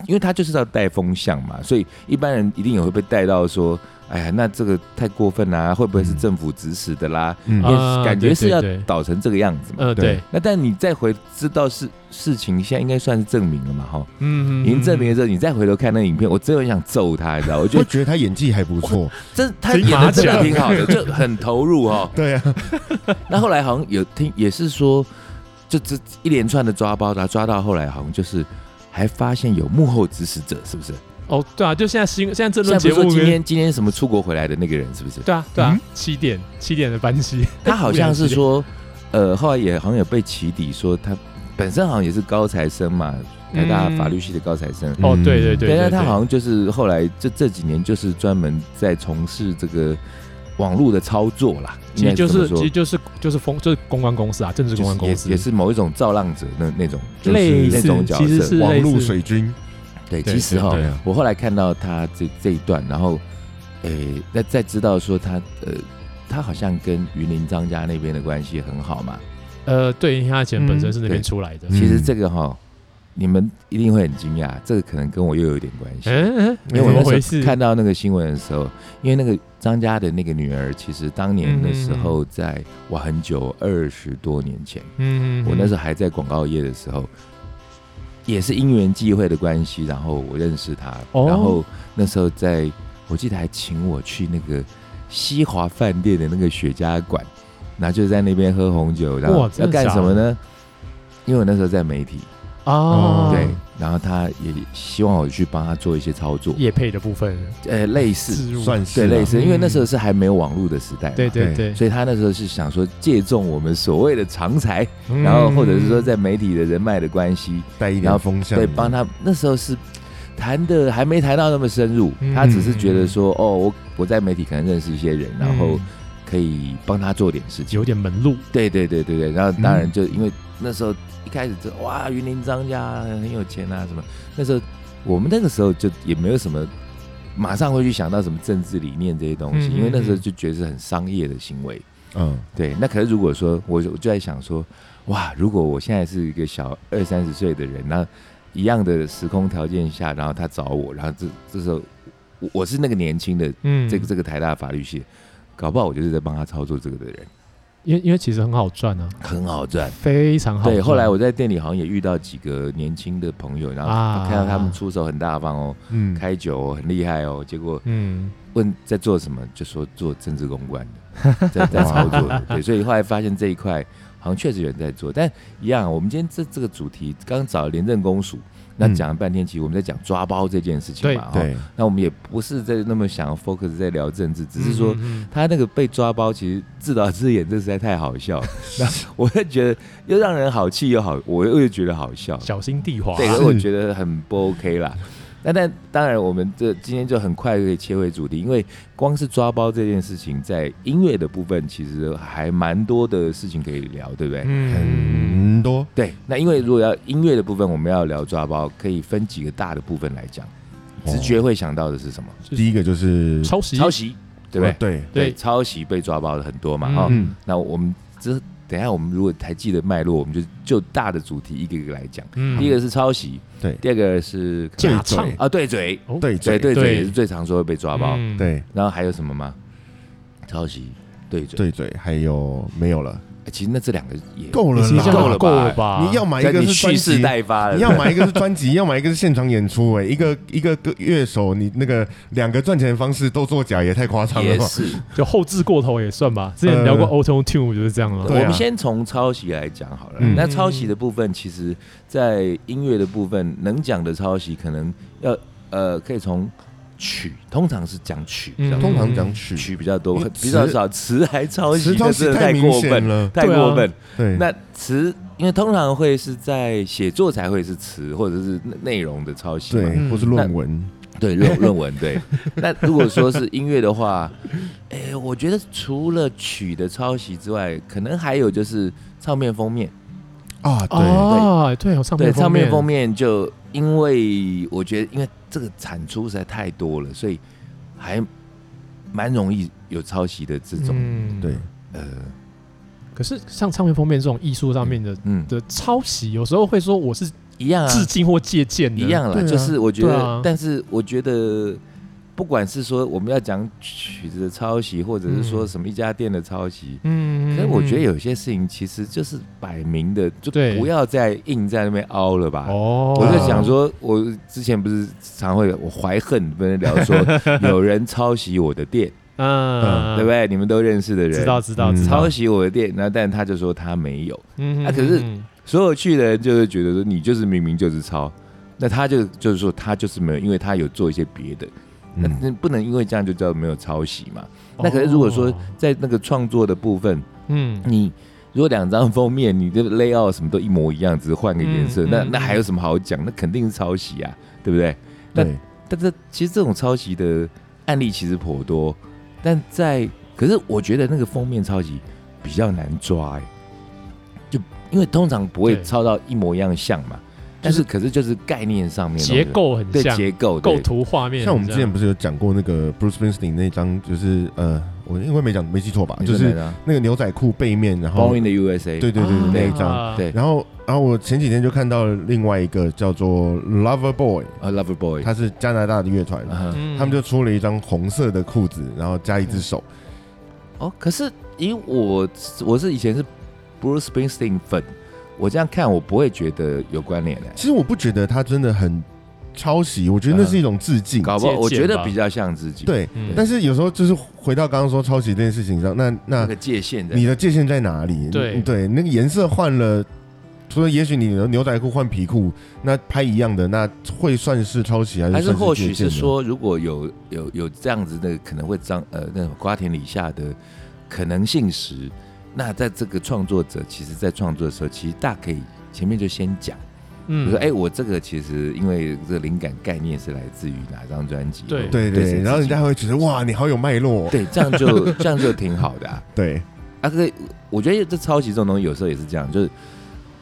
S4: 因为他就是要带风向嘛，所以一般人一定也会被带到说，哎呀，那这个太过分啦、会不会是
S1: 嗯
S4: 政府指使的啦？
S1: 嗯
S4: 因
S3: 啊
S4: 为感觉是要
S3: 对对对
S4: 导成这个样子嘛。
S3: 呃对
S1: 对，
S4: 那但你再回知道事事情，现在应该算是证明了嘛，哈，
S3: 嗯，
S4: 已经证明了之后，你再回头看那影片，我真的很想揍他，你知道？我觉
S1: 我
S3: [LAUGHS]
S4: 得
S1: 觉得他演技还不
S4: [LAUGHS]
S1: 错，
S4: 这他
S3: 金
S4: 演
S3: 马
S4: 的真的
S3: 奖
S4: 挺好的，就很投入哦。
S1: 对啊，
S4: 那后来好像有听，也是说，就这一连串的抓包，然后抓到后来好像就是还发现有幕后指使者，是不是？
S3: 哦对啊，就现在新现在这
S4: 现
S3: 轮
S4: 在
S3: 节
S4: 不是说
S3: 目
S4: 今
S3: 跟
S4: 天今天什么出国回来的那个人，是不是？
S3: 对啊对啊
S1: 嗯，
S3: 七点七点的班级， [LAUGHS]
S4: 他好像是
S3: 五点七点
S4: 说，呃，后来也好像有被起底说他本身好像也是高材生嘛，台大
S3: 嗯
S4: 法律系的高材生。
S1: 嗯
S3: 哦对对对
S4: 对，
S3: 对，
S4: 但他好像就是后来这这几年就是专门在从事这个网络的操作啦，
S3: 对其实就
S4: 应该
S3: 是
S4: 这
S3: 其
S4: 么说
S3: 实就是就是公就是公关公司啊，政治公关
S4: 就
S3: 公
S4: 是
S3: 司
S4: 也也是某一种造浪者那那种
S1: 就是
S3: 类
S4: 那
S3: 似
S4: 种，角色
S3: 其实是
S1: 网
S3: 类
S1: 路
S3: 似
S1: 水军，
S4: 对，
S3: 对
S4: 其实哈
S3: 对对，
S4: 我后来看到他这这一段，然后，诶，那再知道说他呃，他好像跟云林张家那边的关系很好嘛。
S3: 呃对，因为他以前本身是那边
S4: 嗯
S3: 出来的，
S1: 嗯
S4: 其实这个哈，你们一定会很惊讶，这个可能跟我又有点关系，
S3: 嗯，嗯
S4: 因为
S3: 怎
S4: 我
S3: 么
S4: 那
S3: 回
S4: 时
S3: 事？
S4: 候看到那个新闻的时候，因为那个张家的那个女儿，其实当年那时候在哇很久二十多年前，
S3: 嗯，嗯
S4: 我那时
S3: 候
S4: 候还在广告业的时候，也是因缘际会的关系，然后我认识他，
S3: 哦
S4: 然后那时候在我记得还请我去那个西华饭店的那个雪茄馆，然后就在那边喝红酒，然后
S3: 哇真
S4: 要
S3: 的
S4: 干
S3: 假的
S4: 什么呢？因为我那时候在媒体，
S1: 嗯
S3: 哦
S4: 对，然后他也希望我去帮他做一些操作，
S3: 叶配的部分
S4: 呃，类似，
S3: 置入，
S1: 算是
S4: 对，
S1: 啊
S4: 类似，因为
S3: 嗯
S4: 那时候是还没有网络的时代嘛，
S3: 对对
S1: 对
S3: 对，
S4: 所以他那时候是想说借重我们所谓的常才，
S3: 嗯
S4: 然后或者是说在媒体的人脉的关系，
S1: 带一
S4: 然
S1: 点
S4: 后
S1: 风向，
S4: 对，帮他那时候是谈的还没谈到那么深入，
S3: 嗯
S4: 他只是觉得说，哦，我我在媒体可能认识一些人，
S3: 嗯
S4: 然后可以帮他做点事情
S3: 有。点门路，
S4: 对对对对对，然后当然
S1: 嗯
S4: 就因为那时候一开始就哇，云林张家很有钱啊什么，那时候我们那个时候就也没有什么马上会去想到什么政治理念这些东西，
S3: 嗯嗯
S4: 因为那时候
S3: 嗯
S4: 就觉得是很商业的行为。
S1: 嗯
S4: 对，那可是如果说我我就在想说，哇，如果我现在是一个小二三十岁的人，那一样的时空条件下，然后他找我，然后这这时候我我是那个年轻的
S3: 嗯，
S4: 这个这个台大法律系，搞不好我就是在帮他操作这个的人，
S3: 因为因为其实很好赚啊，
S4: 很好赚。
S3: 非常好赚。
S4: 对，后来我在店里好像也遇到几个年轻的朋友，然后
S3: 啊
S4: 看到他们出手很大方哦，
S1: 嗯，
S4: 开酒、哦、很厉害哦，结果
S3: 嗯，
S4: 问在做什么，就说做政治公关的， [LAUGHS] 在在操作的。对，所以后来发现这一块好像确实有人在做，但一样啊，我们今天这这个主题刚找了廉政公署，那
S1: 嗯
S4: 讲了半天，其实我们在讲抓包这件事情
S3: 对
S4: 嘛，哈，
S1: 对，
S4: 那我们也不是在那么想要 focus 在聊政治，只是说
S3: 嗯，嗯
S4: 他那个被抓包，其实自导自演，这实在太好笑。那我就觉得又让人好气又好，我又觉得好笑
S3: 嗯。小心地滑，
S4: 这
S1: 是
S4: 个我觉得很不 OK 啦。那但当然，我们这今天就很快可以切回主题，因为光是抓包这件事情，在音乐的部分其实还蛮多的事情可以聊，对不对？
S3: 嗯，
S1: 很多，
S4: 对。那因为如果要音乐的部分，我们要聊抓包，可以分几个大的部分来讲。直
S3: 哦
S4: 觉会想到的是什么？
S3: 就是
S1: 第一个就是
S3: 嗯抄袭，
S4: 抄袭，对不对
S1: 呃？对，
S3: 对
S4: 抄袭被抓包的很多嘛，
S3: 嗯
S4: 哈、
S1: 嗯
S4: 那我们这等一下，我们如果还记得脉络，我们就就大的主题一个一个来讲。
S3: 嗯，
S4: 第一个是抄袭，
S1: 对
S4: 第二个是
S1: 对
S3: 假
S1: 嘴
S3: 唱
S4: 啊对嘴，
S3: 哦
S1: 对
S4: 对
S1: 嘴
S4: 对嘴
S3: 对
S4: 也是最常说会被抓包。
S3: 嗯，
S1: 对
S4: 然后还有什么吗？抄袭、对嘴，
S1: 对嘴，还有没有了？
S4: 哎其实那这两个也
S1: 够了
S3: 其实
S1: 啦，
S3: 这样
S4: 够了吧
S3: 够了吧？
S1: 你要买一
S4: 在
S1: 个
S4: 你
S1: 是专
S4: 蓄势
S1: 辑，
S4: 待发了。
S1: 你要买
S4: [LAUGHS]
S1: 一个是专辑， [LAUGHS] 要买一个是现场演出、哎，一个一个歌乐手，你那个两个赚钱方式都作假，也太夸张了
S4: 也
S1: 吧？
S4: 是。
S3: 就后置过头也算吧。之前聊过
S1: 呃
S3: Auto Tune 就是这样了。
S1: 对啊
S4: 我们先从抄袭来讲好了。
S1: 嗯
S4: 那抄袭的部分，其实，在音乐的部分能讲的抄袭，可能要呃，可以从曲，通常是讲曲比较多，
S1: 通常讲曲，
S4: 曲比较多
S1: 嗯因为，词
S4: 比较少词还抄袭，
S1: 词抄
S4: 那
S1: 袭
S4: 嗯真的
S1: 太
S4: 太
S1: 明
S4: 过
S1: 显
S4: 分
S1: 了
S4: 太
S3: 对啊
S4: 过分。
S1: 对，
S4: 那词，因为通常会是在写作才会是词或者是内容的抄袭嘛，
S1: 对，
S3: 嗯
S1: 或是论文，
S3: [LAUGHS]
S4: 对论论文对。那如果说是音乐的话，哎，我觉得除了曲的抄袭之外，可能还有就是唱片封面。
S1: 啊，对，
S4: 哦
S3: 啊，对，有唱
S4: 对，
S3: 片
S4: 唱片
S3: 面
S4: 封面就因为我觉得，因为这个产出实在太多了，所以还蛮容易有抄袭的这种、
S3: 嗯
S1: 对。
S4: 呃
S3: 可是像唱片封面这种艺术上面的
S4: 嗯
S3: 的抄袭，有时候会说我是
S4: 一样啊，
S3: 致敬或借鉴的，
S4: 一样啦，
S1: 对啊
S4: 就是我觉得，
S3: 对啊
S4: 但是我觉得。不管是说我们要讲曲子的抄袭，或者是说什么一家店的抄袭，
S3: 嗯。嗯，
S4: 可是我觉得
S3: 有
S4: 有些事情其实就是摆明的，就
S3: 对
S4: 不要再硬在那边凹了吧。
S3: 哦，
S4: 啊我就想说，我之前不是常会我怀恨跟人聊说，有人抄袭我的店，
S3: 嗯，
S4: 对不对？你们都认识的人，
S3: 知道知道
S1: 嗯
S3: 知道，
S4: 抄袭我的店，那但他就说他没有，
S3: 嗯
S4: 啊可是
S3: 嗯
S4: 所有去的人就是觉得说你就是明明就是抄，那他就就是说他就是没有，因为他有做一些别的，那
S1: 嗯
S4: 那不能因为这样就叫没有抄袭嘛。那可是如果说
S3: 哦
S4: 在那个创作的部分，
S3: 嗯
S4: 你如果两张封面你的 layout 什么都一模一样，只是换个颜色，
S3: 嗯
S4: 那
S3: 嗯
S4: 那还有什么好讲？那肯定是抄袭啊，对不对？
S1: 对，
S4: 但是其实这种抄袭的案例其实颇多，但在可是我觉得那个封面抄袭比较难抓、欸，就因为通常不会
S3: 对
S4: 抄到一模一样像嘛，但是可是就是概念上面的东西
S3: 结构很
S4: 对
S3: 像，
S4: 结构
S3: 构
S4: 对
S3: 图画面很
S1: 像我们之前
S3: 像
S1: 不是有讲过那个 Bruce Springsteen 那张，就是呃，我应该没讲没记错吧，
S4: 你
S1: 就
S4: 说
S1: 是
S4: 哪张
S1: 那个牛仔裤背面，然
S4: b o r
S1: 后
S4: n in the USA
S1: 对对对对那一张，
S3: 啊
S4: 对
S1: 然后然后我前几天就看到另外一个叫做 Lover Boy，
S4: 啊 Lover Boy，
S1: 他是加拿大的乐团，
S4: 啊哈
S3: 嗯
S1: 他们就出了一张红色的裤子，然后加一只手，
S4: 哦，可是因为我我是以前是 Bruce Springsteen 粉，我这样看我不会觉得有关联欸的、
S1: 其实我不觉得他真的很抄袭，我觉得那是一种致敬。
S4: 搞不好
S3: 借鉴
S4: 我觉得
S3: 吧
S4: 比较像自己
S1: 对，
S3: 嗯
S1: 但是有时候就是回到刚刚说抄袭这件事情上，那
S4: 那
S1: 那
S4: 个界限的
S1: 你的界限在哪里？
S3: 对
S1: 对，那个颜色换了，除了也许你的牛仔裤换皮裤，那拍一样的，那会算是抄袭还是
S4: 还
S1: 算
S4: 是或许
S1: 借鉴
S4: 是
S1: 呢，
S4: 说，如果有有有这样子的，可能会张呃那种瓜田李下的可能性时，那在这个创作者其实，在创作的时候，其实大可以前面就先讲，比
S3: 嗯
S4: 如说，哎、我这个其实因为这个灵感概念是来自于哪张专辑，
S3: 对
S1: 对
S4: 谁
S1: 对，
S4: 谁
S1: 然后人家
S4: 谁
S1: 会觉得哇，你好有脉络，
S4: 对这样就这样就挺好的啊。
S1: 对
S4: 啊，可是我觉得这抄袭这种东西有时候也是这样，就是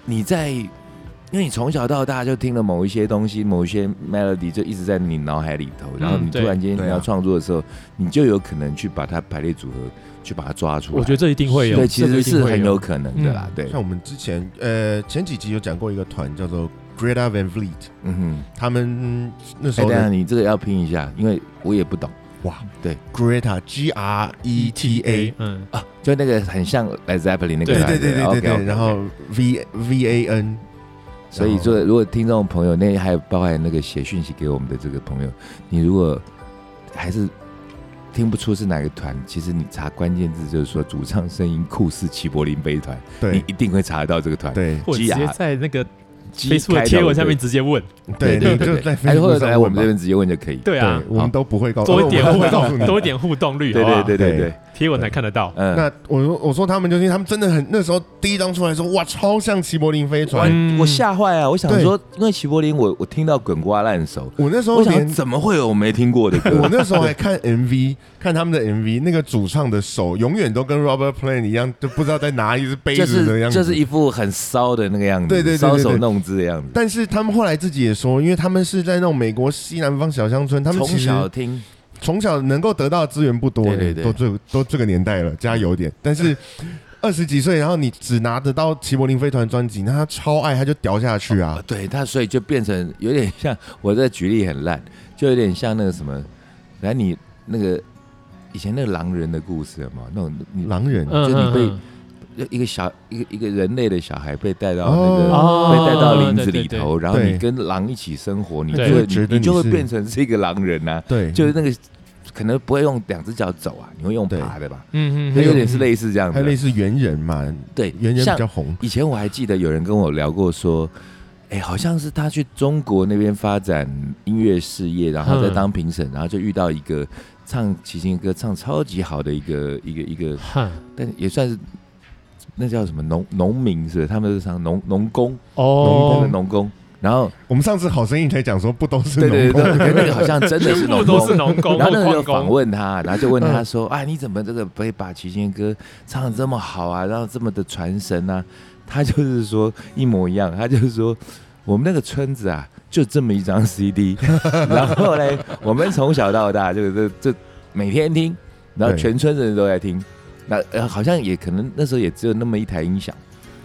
S4: 你在因为你从小到大就听了某一些东西，某一些 melody 就一直在你脑海里头，然后你
S3: 嗯
S4: 突
S3: 对
S4: 然间你
S1: 对啊
S4: 要创作的时候，你就有可能去把它排列组合，去把它抓出来。
S3: 我觉得这一定会有，
S4: 对，其
S3: 这个
S4: 实
S3: 一定
S4: 是
S3: 会
S4: 很有可能的啦。
S3: 嗯
S4: 对
S1: 像，我们之前呃前几集有讲过一个团叫做 Greta Van Fleet，
S4: 嗯哼。
S1: 他们那时
S4: 哎，
S1: 候
S4: 等一下
S1: 的
S4: 你这个要拼一下，因为我也不懂
S1: Greta G R E T A，
S3: 嗯，
S4: 啊，就那个很像 Led Zeppelin 那个
S1: 对
S4: 啦。
S1: 对对对对
S4: OK，OK，
S1: 对，然
S4: OK
S1: 后 V V A N，
S4: 所以，说，如果听众朋友，那还有包含那个写讯息给我们的这个朋友，你如果还是听不出是哪个团，其实你查关键字就是说主唱声音酷似齐柏林杯团，你
S1: 对
S4: 一定会查得到这个团。
S1: 对
S3: 或者直接
S4: GR
S3: 在那个
S4: G 开头
S3: Facebook
S4: 的，
S3: 的贴文下面直接问，
S1: 对，
S4: 对
S1: 你
S4: 对
S1: 就
S4: 对
S1: 在
S4: 哎，或
S1: Facebook
S4: 者来
S1: 上
S4: 我
S1: 问
S4: 们
S1: 吧
S4: 这边直接问就可以。
S3: 对啊
S1: 对，，我们
S4: 好
S1: 都不会告，
S3: 多
S4: 哦
S3: 一点
S1: 我们
S3: 互
S1: 不会告诉你
S3: 动，多一点互动率，
S4: 对
S3: 好不
S4: 对
S3: 好
S4: 对对啊对，
S3: 贴文才看得到，
S4: 嗯，
S1: 那我我说他们就是因为他们真的很那时候第一张出来的时候，哇，超像齐柏林飞船。
S3: 嗯
S4: 我吓坏啊了，我想说，因为齐柏林，我我听到滚瓜烂熟，
S1: 我那时候
S4: 我想
S1: 连
S4: 怎么会有我没听过的歌
S1: 我？那时候还看 MV，看他们的 MV，那个主唱的手永远都跟 Robert Plant 一样，就不知道在拿一只杯
S4: 就
S1: 子的
S4: 是
S1: 样子。
S4: 就是一副很骚的那个样子，
S1: 对对对对
S4: 搔首
S1: 对
S4: 弄姿的样子。
S1: 但是他们后来自己也说，因为他们是在那种美国西南方小乡村，他们
S4: 从
S1: 其实
S4: 小听，
S1: 从小能够得到的资源不多，
S4: 对对对
S1: 都这都这个年代了，加油点。但是二十几岁，然后你只拿得到齐柏林飞团专辑，那他超爱，他就掉下去啊。
S4: 对他，所以就变成有点像我这举例很烂，就有点像那个什么，来你那个以前那个狼人的故事嘛，那种你
S1: 狼人，
S3: 嗯，
S4: 就你被
S3: 嗯
S4: 就一个小一个一个人类的小孩被带到那
S1: 哦
S4: 个。
S3: 哦
S4: 被带到林子
S3: 对对
S4: 里
S3: 对
S4: 头，然后你
S1: 对
S4: 跟狼一起生活，你就
S3: 对
S4: 会
S1: 就觉得
S4: 你就
S1: 你
S4: 会
S1: 是嗯
S4: 变成是一个狼人呐、
S1: 对，
S4: [LAUGHS] 就是那个可能不会用两只脚走啊，你会用
S1: 对
S4: 爬的吧？
S3: 嗯嗯，
S4: 那有点是
S3: 似，
S4: 类似这样
S1: 还
S4: 子
S1: 有类
S4: 的。
S1: 似猿人嘛，
S4: 对，
S1: 猿人
S4: 像
S1: 比较红，
S4: 以前我还记得有人跟我聊过说，哎、好像是他去中国那边发展音乐事业，然后在当评审，然后就遇到一个唱齐秦歌唱超级好的一个一个一个，
S3: 哼
S4: 但也算是那叫什么农农民是不是他们是唱农农工，那个
S3: 哦，
S4: 农工。然后，
S1: 我们上次好声音才讲说不都是
S4: 对对
S1: 农
S4: 对
S1: 工，
S4: 对，那个好像真的是
S3: 全部
S4: 农
S3: 都
S4: 工
S3: 是。农工，
S4: 然后那个
S3: 矿
S4: 就访
S3: 工，
S4: 问他，然后就问他说：“啊，你怎么这个可以把齐秦歌唱的这么好啊，然后这么的传神啊？”他就是说一模一样，他就是说我们那个村子啊，就这么一张 CD，然后嘞，我们从小到大就就就每天听，然后
S1: 对
S4: 全村人都在听。那呃，好像也可能那时候也只有那么一台音响，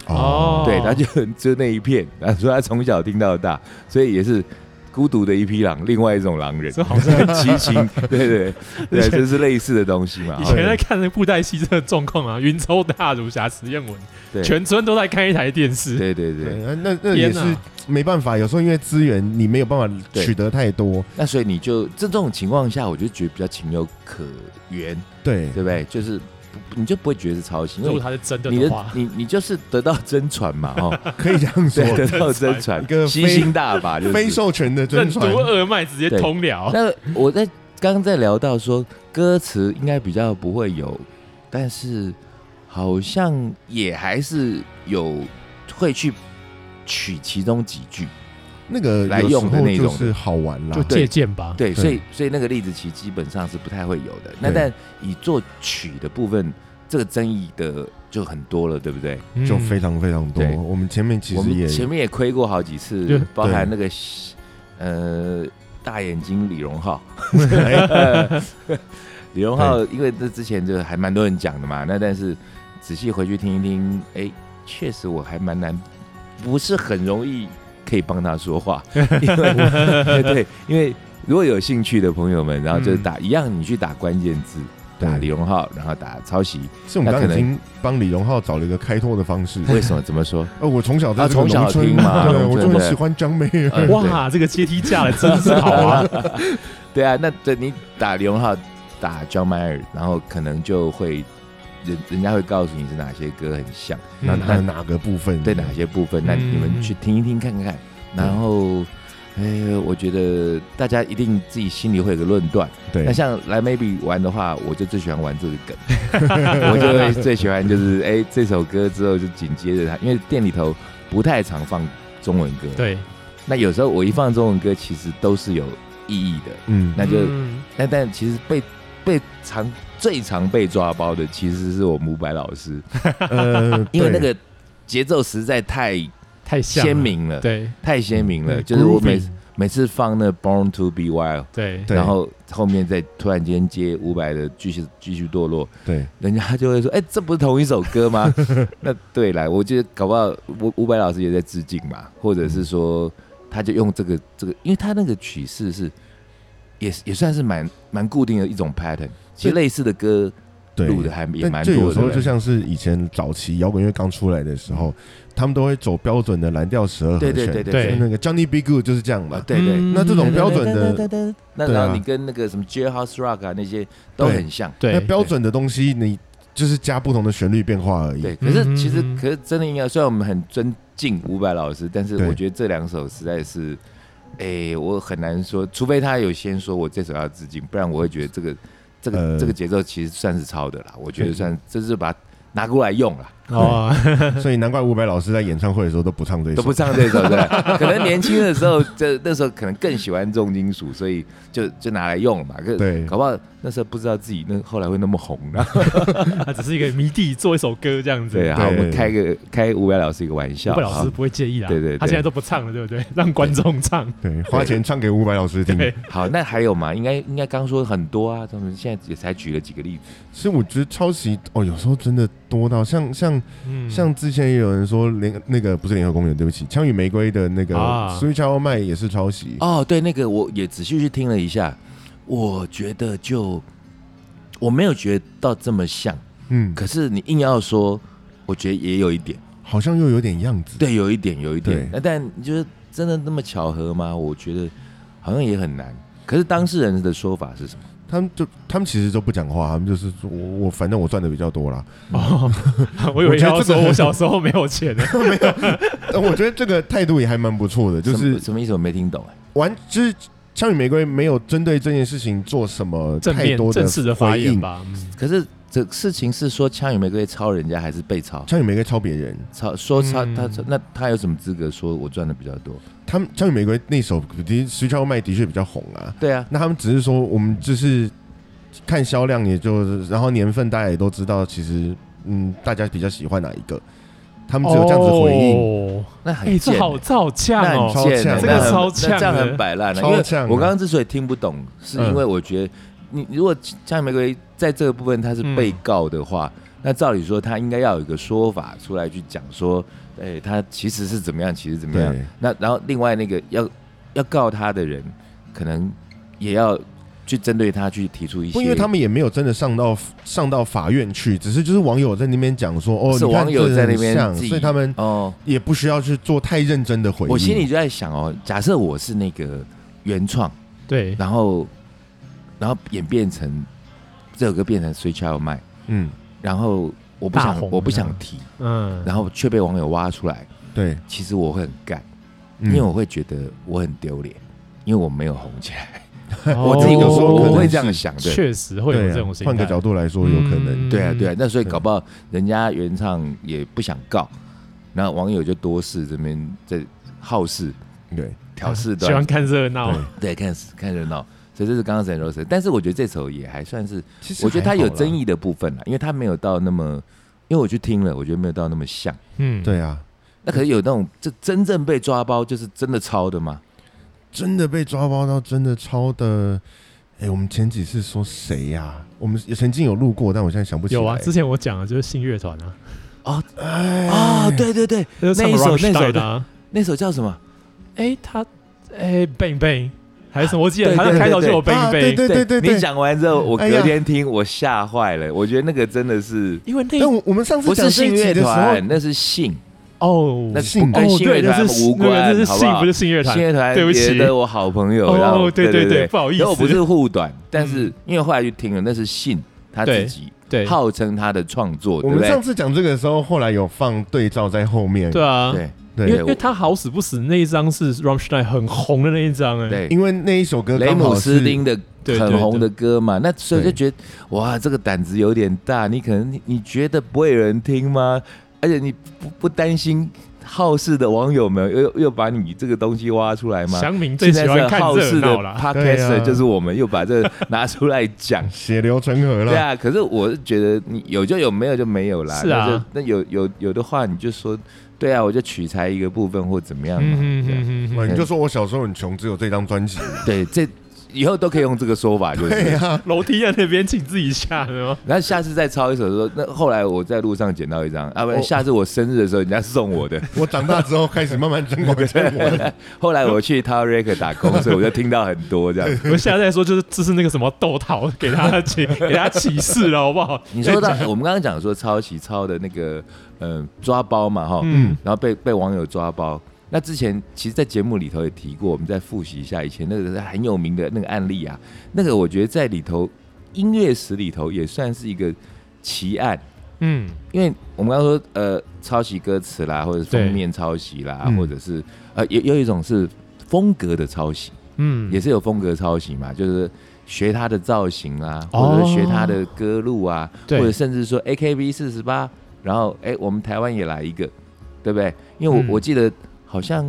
S3: 哦
S4: 对，他就就那一片， [LAUGHS] 然后说他从小听到大，所以也是孤独的一匹狼，另外一种狼人，
S3: 这好像
S4: [LAUGHS] 激情，对对
S3: [LAUGHS]
S4: 对，就是类似的东西嘛
S3: 以。
S4: 哦
S3: 前在看那个布袋戏这个状况啊，云州大儒侠实验文，
S4: 对
S3: 全村都在看一台电视，
S4: 对对对，
S1: 对，那那也
S3: 天
S1: 是
S3: 哪
S1: 没办法，有时候因为资源你没有办法
S4: 对
S1: 取得太多，
S4: 那所以你就这种情况下，我就觉得比较情有可原，
S1: 对
S4: 对不对？就是不你就不会觉得是抄袭，
S3: 如
S4: 因
S3: 果
S4: 为
S3: 他是真的
S4: 你
S3: 的
S4: 的
S3: 话，
S4: 你你就是得到真传嘛，
S3: [LAUGHS]
S4: 哦，
S1: 可以这样说
S4: [LAUGHS] 对，，得到真传
S1: 一，个
S4: 吸
S1: 非
S4: 星大法就
S1: 非
S4: 是。
S1: 授权的真
S3: 任督
S1: 传，
S3: 二脉直接
S4: 对
S3: 通了，
S4: 那我在刚刚在聊到说歌词应该比较不会有，但是好像也还是有会去取其中几句。
S1: 那个
S4: 来
S1: 有时
S4: 用的
S1: 候
S4: 那
S1: 就
S4: 种
S1: 是好玩啦
S3: 就，借鉴吧，
S1: 对
S4: 对，所以所以那个例子其实基本上是不太会有的。那
S1: 对
S4: 但以作曲的部分，这个争议的就很多了，对不对？
S3: 嗯
S1: 就非常非常多
S4: 对。
S1: 我们前面其
S4: 我
S1: 实
S4: 们
S1: 也
S4: 前面也亏过好几
S3: 对
S4: 次，包含
S1: 对
S4: 那个西呃大眼睛李荣浩， [LAUGHS]
S1: 哎
S4: 李荣浩因为这之前就还蛮多人讲的嘛，那但是仔细回去听一听，哎，确实我还蛮难，不是很容易可以帮他
S1: [LAUGHS]
S4: 说话，因为 [LAUGHS] 我对，因为如果有兴趣的朋友们，然后就是打、一样，你去打关键字，打
S1: 嗯对
S4: 李荣浩，然后打
S1: [LAUGHS]
S4: 抄袭，
S1: 是我们刚
S4: 那可
S1: 刚已
S4: 能
S1: 经帮李荣浩找了一个开拓的方式。
S4: 为什么？怎么
S1: [LAUGHS]
S4: 说？
S1: 呃，我从小在
S4: 啊
S1: 这个
S4: 从小
S1: 农村
S4: 听
S1: [LAUGHS]
S4: 嘛
S1: 对，
S4: 农
S1: 我
S4: 村
S1: 就很
S4: 对
S1: 喜欢张妹啊儿。
S4: 呃
S3: 哇，这个阶梯架的真是好
S4: [LAUGHS]
S3: 啊！
S4: 对啊，那对你打李荣浩，打 John Mayer，然后可能就会人人家会告诉你是哪些歌很像，
S1: 那
S3: 嗯
S1: 那哪个部分？
S4: 对哪些部分，那
S3: 嗯
S4: 你们去听一听看看，然后。哎，我觉得大家一定自己心里会有个论断。
S1: 对
S4: 那，像来 maybe 玩的话，我就最喜欢玩这个梗， [LAUGHS] 我就会最喜欢就是哎这首歌之后就紧接着它，因为店里头不太常放中文歌。，
S3: 对，
S4: 那有时候我一放中文歌，其实都是有意义的。
S1: 嗯，
S4: [LAUGHS] 那就
S3: 嗯
S4: 但但其实被被常最常被抓包的其实是我们伍佰老师，
S1: 呃，
S4: [LAUGHS] 因为那
S1: 对
S4: 个节奏实在太
S3: 太像了
S4: 鲜，明了，
S3: 对
S4: 太鲜明了。
S3: 对
S4: 就是我每
S3: groovy
S4: 每次放那 Born to Be Wild，
S3: 对
S1: 对
S4: 然后后面再突然间接伍佰的继续继续堕落，
S1: 对，
S4: 人家就会说：“哎、这不是同一首歌吗？”那对啦，我觉得搞不好伍伍佰老师也在致敬嘛，或者是说他就用这个这个，因为他那个曲式是也也算是蛮蛮固定的一种 pattern，其实类似的歌
S1: 对
S4: 录的还也
S1: 但
S4: 蛮
S1: 就有
S4: 多
S1: 时候
S4: 的
S1: 就
S4: 嘞。
S1: 像是以前早期摇滚乐刚出来的时候，他们都会走标准的蓝调十二和
S4: 对
S1: 弦，
S4: 对对对
S1: 所以
S4: 对
S1: 那个 Johnny B. Good 就是这样嘛
S4: 啊，，对对。
S3: 嗯
S1: 那这种标准的
S4: 的，那
S1: 对啊
S4: 然后你跟那个什么 Jailhouse Rock 啊那些都
S1: 对
S4: 很像，
S1: 那
S3: 对
S1: 标准的东西你就是加不同的旋律变化而已。
S4: 对。可是
S3: 嗯
S4: 其实
S3: 嗯嗯
S4: 可是真的应该，虽然我们很尊敬伍佰老师，但是
S1: 对
S4: 我觉得这两首实在是，哎，我很难说，除非他有先说我这首要致敬，不然我会觉得这个这
S1: 呃
S4: 个这个节奏其实算是抄的啦，我觉得算这是把它拿过来用啦， [LAUGHS]
S3: 哦， [LAUGHS]
S1: 所以难怪伍佰老师在演唱会的时候都不唱这
S4: 都
S1: 首
S4: 不。唱这首对吧，可能年轻的时候，这那时候可能更喜欢重金属，所以就就拿来用了嘛。可
S1: 对
S4: 搞不好那时候不知道自己那后来会那么红
S1: [LAUGHS]
S4: 啊。
S3: 他只是一个迷弟做一首歌这样子，
S4: 对，
S3: 啊，
S4: 好，我
S1: 对
S4: 们开个开伍佰老师一个玩笑，
S3: 不老师
S4: 好
S3: 不会介意啦，啊
S4: 对对对
S3: 他现在都不唱了，对不对？让观众唱，
S1: 对，花钱唱给伍佰老师听。
S3: 对
S4: 好，那还有嘛？应该应该刚说很多啊，他们现在也才举了几个例子，
S1: 其实我觉得抄袭哦，有时候真的多到像像
S3: 嗯，
S1: 像之前也有人说联那个不是联合公园，对不起，枪与玫瑰的那个
S3: 啊
S1: Sweet Child m 也是抄袭。
S4: 哦，对，那个我也仔细去听了一下，我觉得就我没有觉得到这么像，
S1: 嗯，
S4: 可是你硬要说，我觉得也有一点，
S1: 好像又有点样子。
S4: 对，有一点，有一点
S1: 对。
S4: 那但你觉得真的那么巧合吗？我觉得好像也很难。可是当事人的说法是什么？
S1: 他们就他们其实都不讲话，他们就是说我我反正我赚的比较
S3: [LAUGHS]
S1: 多啦。
S3: [LAUGHS] 哦，我以为要
S1: 我觉得这
S3: 说
S1: 个
S3: 我小时候没有钱呢，
S1: 但我觉得这个态度也还蛮不错的，就
S4: 什么
S1: 是
S4: 什么意思？我没听懂哎、
S1: 完就是枪与玫瑰没有针对这件事情做什么
S3: 正
S1: [LAUGHS] 太
S3: 面
S1: 多
S3: 正式的发
S1: 回
S3: 言
S1: 应。
S3: 吧，嗯
S4: 可是这事情是说枪与玫瑰抄人家还是被抄？
S1: 枪与玫瑰抄别人，
S4: 抄说抄
S3: 嗯
S4: 他抄那他有什么资格说我赚的比较多？
S1: 他们枪与玫瑰那首的 Sweet Child m 的确比较红啊。
S4: 对啊，
S1: 那他们只是说我们就是看销量，也就是然后年份大家也都知道，其实嗯大家比较喜欢哪一个，他们只有这样子回应。
S3: 哦，
S4: 那很
S3: 哎，这
S4: 贱欸、
S3: 好造呛
S4: 那
S3: 哦
S4: 很，
S1: 超
S4: 贱欸、
S1: 呛
S4: 那
S1: 这个
S4: 很
S3: 超呛
S4: 那这样
S3: 的
S4: 很摆烂的。
S1: 超
S4: 因为
S1: 呛啊嗯的
S4: 我刚刚之所以听不懂，是因为我觉得你如果像玫瑰在这个部分他是
S3: 嗯
S4: 被告的话，那照理说他应该要有一个说法出来去讲说，哎、他其实是怎么样，其实怎么样
S1: 对。
S4: 那然后另外那个要要告他的人，可能也要去针对他去提出一些，
S1: 不，因为他们也没有真的上到上到法院去，只是就是网友在那边讲说，哦，
S4: 是
S1: 你看
S4: 网友
S1: 这
S4: 在
S1: 很
S4: 那边
S1: 像
S4: 自己
S1: 所以他们
S4: 哦。
S1: 也不需要去做太认真的回应。
S4: 我心里就在想哦，假设我是那个原创，
S3: 对，
S4: 然后然后演变成这首歌变成 Sweet Child m
S1: 嗯，
S4: 然后我不
S3: 大
S4: 想
S3: 红
S4: 我不想提，
S1: [LAUGHS]
S3: 嗯，
S4: 然后却被网友挖出来，
S1: 对，
S4: 其实我会很干，
S1: 嗯
S4: 因为我会觉得我很丢脸，因为我没有红起来。
S3: 哦
S4: 我自己有时候
S1: 可能
S4: 我会这样想的。
S3: 确实会有
S1: 对啊
S3: 这种心态，
S1: 换个角度来说，有可能。
S3: 嗯
S4: 对啊，对啊，那所以搞不好人家原唱也不想告，那网友就多事这边在好事
S1: 对，
S4: 挑事
S3: 啊喜欢
S4: 端，
S3: 看热闹，
S1: 对
S4: 对，看看热闹。所以这是刚刚沈柔神，但是我觉得这首也还算是，
S1: 其实
S4: 我觉得它
S1: 还好
S4: 有
S1: 啦
S4: 争。议的部分啦，因为它没有到那么，因为我去听了，我觉得没有到那么像。
S3: 嗯，
S1: 对啊，
S4: 那可是有那种，这真正被抓包就是真的抄的吗？
S1: 真的被抓包到真的超的。哎、我们前几次说谁呀、我们曾经有录过，但我现在想不起来。
S3: 有啊，之前我讲的就是信乐团啊，
S1: 哎
S4: 啊，，对对对，
S3: 就是唱
S4: 那一首
S3: Rammstein
S4: 那首的
S3: 啊，
S4: 那首叫什么？
S3: 哎，他哎 bang bang 还是什么，我记得
S4: 对
S3: 他的
S4: 对
S3: 开头就
S4: 对
S3: 有
S1: 对
S3: bang
S1: 啊对
S3: bang，
S1: 对对
S4: 你讲完之后，我
S1: 哎呀
S4: 隔天听，我吓坏了。我觉得那个真的是
S3: 因为那
S1: 但我我们上次
S4: 不
S1: 讲
S4: 是
S1: 这
S4: 信
S1: 一
S4: 乐
S1: 集的时
S4: 团，
S1: 候，
S4: 那是信，
S3: 哦，
S4: 那
S1: 信
S4: 不跟
S3: 哦
S4: 信乐
S3: 对，那
S4: 团
S3: 是
S4: 无
S3: 那
S4: 关，
S3: 个是
S4: 好
S3: 信，不是信乐
S4: 信
S3: 团，
S4: 乐团
S3: 对不
S4: 也
S3: 起
S4: 是，我好朋友，
S3: 哦
S4: 然后
S3: 对对
S4: 对
S3: 对不好意思嗯
S4: 然后我不是护短，但是因为后来去听了，那是信他自
S3: 对
S4: 己
S3: 对
S4: 号称他的创作，
S1: 我
S4: 对不
S1: 们上
S4: 对？
S1: 次讲这个的时候，后来有放对照在后面。
S3: 对啊，
S4: 对
S1: 对
S3: 因为
S4: 对
S3: 因
S4: 我
S3: 为他好死不死那一张是 Rammstein 很红的那一张哎，
S4: 对，
S1: 因为那一首歌
S4: 雷
S1: 刚
S4: 姆
S1: 好
S4: 斯
S1: 是
S4: 丁的
S3: 对对
S4: 很红的歌嘛，那所以
S1: 对
S4: 就觉得哇，这个胆子有点大。你可能你你觉得不会有人听吗？而且你不不担心好事的网友们又又把你这个东西挖出来吗？
S3: 乡民最
S4: 现
S3: 喜
S4: 在
S3: 欢
S4: 是
S3: 看
S4: 好
S3: 热
S4: 事的
S3: 闹啦。
S1: 对
S4: podcast，
S1: 啊
S4: 就是我们又把这个拿出来
S3: [LAUGHS]
S4: 讲。
S1: 血流成河
S4: 对
S1: 了。
S4: 啊，可是我是觉得你有就有，没有就没有啦。
S3: 是啊
S4: 那就那有有有的话，你就说对啊，我就取材一个部分或怎么样嘛。
S3: 嗯
S4: 这样
S3: 嗯 [LAUGHS]
S1: 哇
S3: 嗯，
S1: 你就说我小时候很穷，只有这张
S4: [LAUGHS]
S1: 专辑。
S4: 对，这以后都可以用这个说法，就是。
S1: 对呀，
S3: 楼梯在那边，请自己下，对吗？
S4: 然后下次再抄一首说，那后来我在路上捡到一张，啊，不然
S1: 哦
S4: 下次我生日的时候人家送我的。 [LAUGHS]
S1: 我长大之后开始慢慢增广见闻。
S4: 后来我去 Tower Record 打工，所以我就听到很多这样。
S3: 我们下次再说，就是这是那个什么豆桃给他启给他启示了，好不好？
S4: 你说到我们刚刚讲说抄袭抄的那个呃抓包嘛哈，
S3: 嗯，
S4: 然后被被网友抓包。那之前其实，在节目里头也提过，我们再复习一下以前那个很有名的那个案例啊。那个我觉得在里头音乐史里头也算是一个奇案，
S3: 嗯，
S4: 因为我们刚刚说呃抄袭歌词啦，或者
S3: 对
S4: 封面抄袭啦
S1: 嗯，
S4: 或者是呃有有一种是风格的抄袭，
S3: 嗯，
S4: 也是有风格抄袭嘛，就是学他的造型啊，
S3: 哦
S4: 或者学他的歌路啊，
S3: 对
S4: 或者甚至说 A K B 四十八，然后哎、我们台湾也来一个，对不对？因为我、
S3: 嗯
S4: 我记得好像，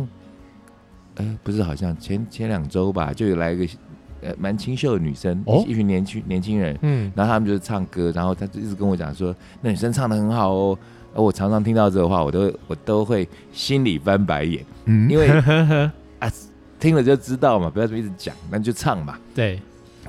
S4: 哎、不是好像前前两周吧，就有来一个呃蛮清秀的女生，
S3: 哦
S4: 一群年轻年轻人，
S3: 嗯，
S4: 然后他们就是唱歌，然后他就一直跟我讲说，那女生唱的很好哦。而我常常听到这个话，我都我都会心里翻
S3: [LAUGHS]
S4: 白眼，
S1: 嗯
S4: 因为啊听了就知道嘛，不要这么一直讲，那就唱嘛。
S3: [LAUGHS] 对，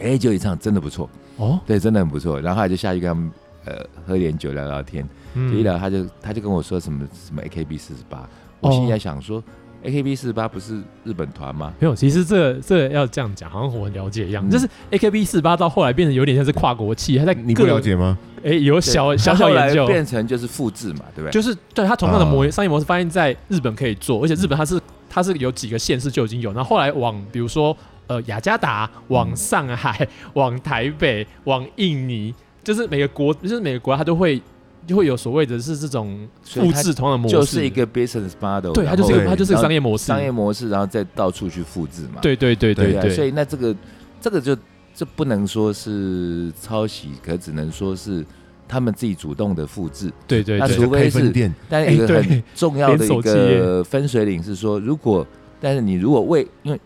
S4: 哎，就一唱真的不错，
S3: 哦，
S4: 对，真的很不错。然后后来就下去跟他们呃喝点酒聊聊天，就
S3: 嗯
S4: 一聊他就他就跟我说什么什么 AKB 四十八，我心里在想说、AKB 四十八不是日本团吗？
S3: 没有，其实这个这个要这样讲，好像我很了解一样，
S4: 嗯
S3: 就是 AKB 四八到后来变得有点像是跨国企，它在
S1: 你
S3: 各
S1: 不了，解吗？
S3: 哎、有
S4: 对
S3: 小小
S4: 他
S3: 小
S4: 后
S3: 研
S4: 来
S3: 究，哦
S4: 变成就是复制嘛，对不对？
S3: 就是对它同样的模、
S1: 啊
S3: 商业模式，发现在日本可以做，而且日本它是它是有几个县市就已经有，然后后来往比如说呃雅加达、往上海、 [LAUGHS] 往台北、往印尼，就是每个国就是每个国家它都会就会有所谓的是这种
S4: 所以
S3: 复
S4: 它
S3: 制同样的模式，
S4: 就是一个 business model，
S3: 对，它就是一
S4: 然
S3: 个它
S4: 后
S3: 就是一个
S4: 然后
S3: 商业模式，
S4: 商业模式，然后再到处去复制嘛。
S3: 对对对
S4: 对啊
S3: 对，
S4: 所以那这个这个就这不能说是抄袭，可只能说是他们自己主动的复制。
S3: 对对
S4: 那
S3: 对
S4: 除非
S1: 开
S4: 是
S1: 分店，
S4: 但有一
S3: 哎
S4: 个
S3: 对
S4: 很重要的一
S3: 连手机
S4: 个分水岭是说，如果但是你如果为因为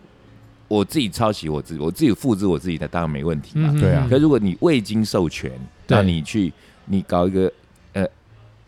S4: 我自己抄袭我自己，我自己复制我自己的，当然没问题嘛。
S3: 嗯，
S1: 对啊
S4: 可如果你未经授权，
S3: 对
S4: 那你去你搞一个呃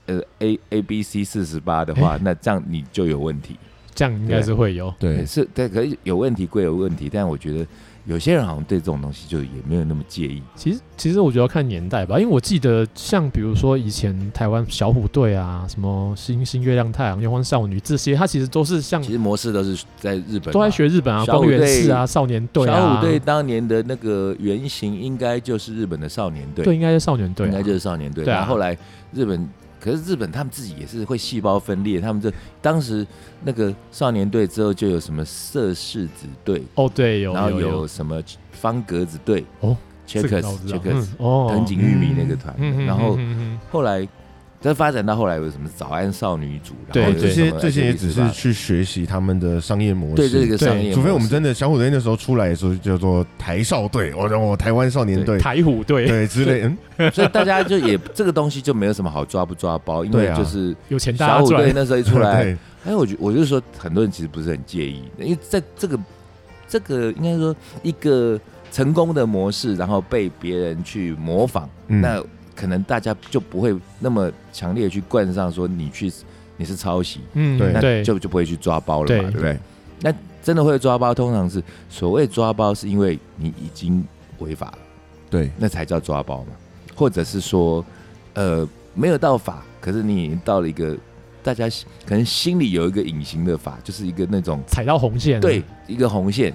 S4: 呃 A A B C 四十八的
S3: 哎
S4: 话，那这样你就有问题。
S3: 这样
S4: 啊
S3: 应该是会有。
S1: 对，
S4: 是对，可是有问题归有问题，但我觉得有些人好像对这种东西就也没有那么介意。
S3: 其实，其实我觉得要看年代吧，因为我记得像比如说以前台湾小虎队啊，什么星星、月亮、太阳、月光少女这些，它其实都是像
S4: 其实模式都是在日本
S3: 嗯
S4: 嘛，
S3: 都在学日本啊，
S4: 小虎
S3: 光
S4: 队
S3: 源氏啊、少年队啊，
S4: 小虎队当年的那个原型应该就是日本的少年队，
S3: 对，应该是少年队、
S4: 应
S3: 啊
S4: 该，就是少年队。
S3: 对啊
S4: 然后后来日本，可是日本他们自己也是会细胞分裂，他们这当时那个少年队之后就有什么色柿子队，
S3: 哦，对，有
S4: 然后
S3: 有
S4: 有什么方格子队
S3: 哦这个我
S4: Checkers
S3: 知道
S4: Checkers
S3: 嗯哦，
S4: 藤井玉米那个团
S3: 嗯，嗯，
S4: 然后
S3: 嗯嗯
S4: 后来再发展到后来有什么早安少女组，
S3: 对
S4: 然后有
S1: 这些
S4: 什么
S1: 这些也只是
S4: LGBT
S1: 去学习他们的商业模式。
S4: 对这个商业模式，
S1: 除非我们真的小虎队那时候出来的时候就叫做台少队，我让我台湾少年队
S3: 嗯，台虎队
S1: 对
S4: [LAUGHS]
S1: 之类，嗯，
S4: 所以大家就也这个东西就没有什么好抓不抓包，
S1: [LAUGHS]
S4: 因
S1: 对
S4: 为
S1: 啊
S4: 就是
S3: 有钱大
S4: 小
S3: 家
S4: 虎队
S3: 赚，
S4: 那时候一出
S1: [LAUGHS]
S4: 来，
S1: 对，
S4: 哎，我觉我就说很多人其实不是很介意，因为在这个这个应该说一个成功的模式，然后被别人去模仿，
S1: 嗯
S4: 那可能大家就不会那么强烈地去冠上说你去你是抄袭，
S3: 嗯，
S1: 对
S4: 那
S3: 对，
S4: 就就不会去抓包了
S3: 对
S4: 嘛，对不对
S1: 对？，
S4: 真的会抓包，通常是所谓抓包，是因为你已经违法了。
S1: 对，
S4: 那才叫抓包嘛，或者是说，呃，没有到法，可是你已经到了一个大家心可能心里有一个隐形的法，就是一个那种
S3: 踩到红线了，
S4: 对一个红线，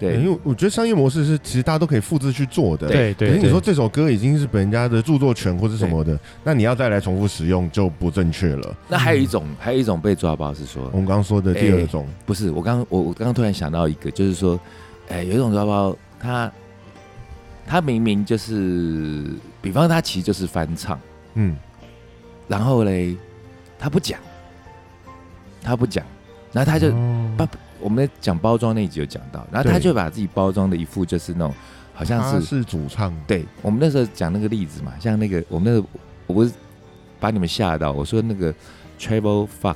S1: 因
S4: 对
S1: 为我觉得商业模式是其实大家都可以复制去做的。
S3: 对对，
S1: 可是你
S3: 对
S1: 说这首歌已经是本人家的著作权或是什么的，那你要再来重复使用就不正确了。
S4: 那还有一种，还有一种被抓包是说
S1: 我，们刚刚说的第二种，
S4: 不是我刚我我刚刚突然想到一个，就是说，哎、有一种抓包，他他明明就是，比方他其实就是翻唱，
S1: 嗯，
S4: 然后嘞，他不讲，他不讲，然后他就
S3: 哦
S4: 爸我们在讲包装那一集有讲到，然后他
S1: 对
S4: 就把自己包装的一副就是那种好像
S3: 啊
S1: 他
S4: 是
S1: 是主唱，
S4: 对我们那时候讲那个例子嘛，像那个我们那个我不是把你们吓到，我说那个 Travel Fox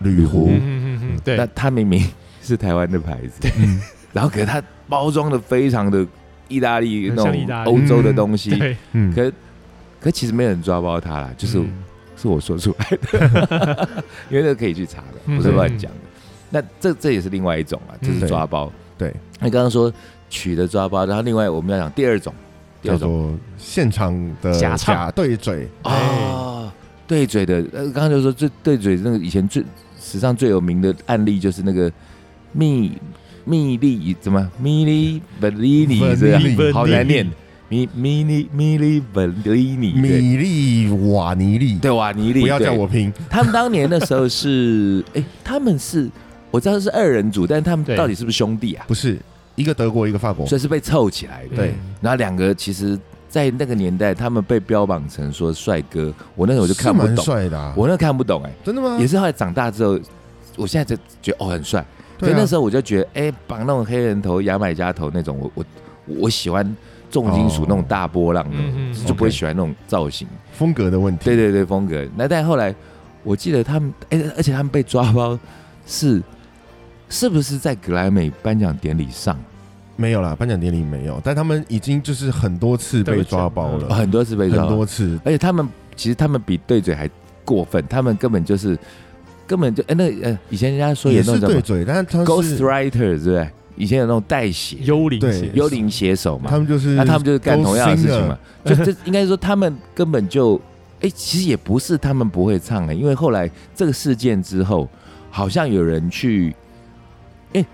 S1: 旅湖
S3: 嗯，嗯嗯嗯，对
S4: 那，它明明是台湾的牌子， [LAUGHS] 然后可是它包装的非常的意大利
S3: 很
S4: 那
S3: 像
S4: 种
S3: 意大利
S4: 欧洲的东西，
S3: 对，
S1: 嗯，
S4: 可可其实没有人抓包它啦，就是、
S3: 嗯
S4: 是我说出来的，因为那个可以去查的，
S3: 嗯
S4: 不是乱讲的。那这这也是另外一种啊，
S3: 嗯
S4: 就是抓包。
S1: 对，
S4: 那刚刚说取的抓包，然后另外我们要讲第二种，第
S1: 叫
S4: 二种
S1: 做现场的
S3: 假唱
S1: 假对嘴，
S3: 哎
S4: 哦，对嘴的。呃，刚刚就说最对嘴那个以前最史上最有名的案例就是那个蜜蜜莉怎么蜜莉 Bellini 是吧
S1: Bellini
S4: 好难念，米米莉米莉 Bellini 对
S1: 米利瓦尼利，
S4: 对瓦尼莉，
S1: 不要
S4: 对
S1: 叫我拼，
S4: 他们当年那时候是， [LAUGHS] 哎、他们是我知道是二人组，但他们
S3: 对
S4: 到底是不是兄弟啊？
S1: 不是一个德国一个法国，
S4: 所以是被凑起来的。
S1: 对
S3: 嗯
S4: 然后两个其实，在那个年代，他们被标榜成说帅哥，我那时候就
S1: 是
S4: 看不
S1: 蛮
S4: 懂，
S1: 帅的嗯啊，
S4: 我那看不懂、哎、
S1: 真的吗？
S4: 也是后来长大之后，我现在就觉得哦很帅。
S1: 对
S4: 可
S1: 啊，
S4: 那时候我就觉得，哎、绑那种黑人头、牙买加头那种，我我我喜欢重金属
S1: 哦
S4: 那种大波浪的，
S3: 嗯嗯嗯
S4: 就不会
S1: OK
S4: 喜欢那种造型。
S1: 风格的问题，
S4: 对对对，风格。那但后来，我记得他们，哎、而且他们被抓包是是不是在格莱美颁奖典礼上、
S1: 没有啦，颁奖典礼没有，但他们已经就是很多次被抓包
S3: 对
S4: 哦
S1: 了，
S4: 很多次被
S1: 啊很
S4: 抓包？
S1: 多次，
S4: 而且他们其实他们比对嘴还过分，他们根本就是根本就哎、那呃，以前人家说有
S1: 也
S4: 那种
S1: 是
S4: 什
S1: 对
S4: 么
S1: 嘴，但是他
S4: Ghost
S1: 是
S4: Writer 是不是？以前有那种带血
S3: 幽灵
S1: 对
S3: 鞋
S4: 幽灵写手嘛
S1: 他，们就是
S4: 那他们就是干同样的事情嘛。就
S3: Ghost singer
S4: 这应该说他们根本就，哎、其实也不是他们不会唱欸的、因为后来这个事件之后，好像有人去，哎、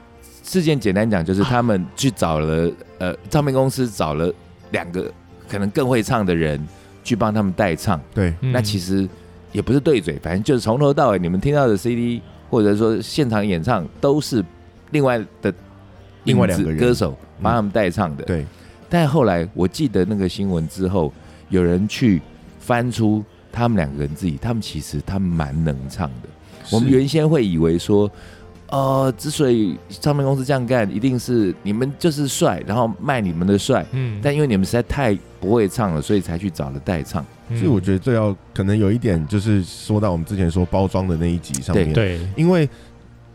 S4: 事件简单讲就是
S1: 啊
S4: 他们去找了、呃唱片公司找了两个可能更会唱的人去帮他们代唱，
S1: 对，
S4: 那其
S3: 实
S4: 实也不是对嘴，反正就是从头到尾你们听到的 CD 或者说现场演唱都是另外的
S1: 另外
S4: 影
S1: 两
S4: 子
S1: 个人嗯
S4: 歌手帮他们代唱的，
S1: 对，
S4: 但后来我记得那个新闻之后，有人去翻出他们两个人自己，他们其实他们蛮能唱的。我们
S1: 是
S4: 原先会以为说，呃，之所以唱片公司这样干，一定是你们就是帅，然后卖你们的帅。
S3: 嗯
S4: 但因为你们实在太不会唱了，所以才去找了代唱。
S3: 嗯
S1: 所以我觉得这要可能有一点就是说到我们之前说包装的那一集上面，
S3: 对
S1: 因为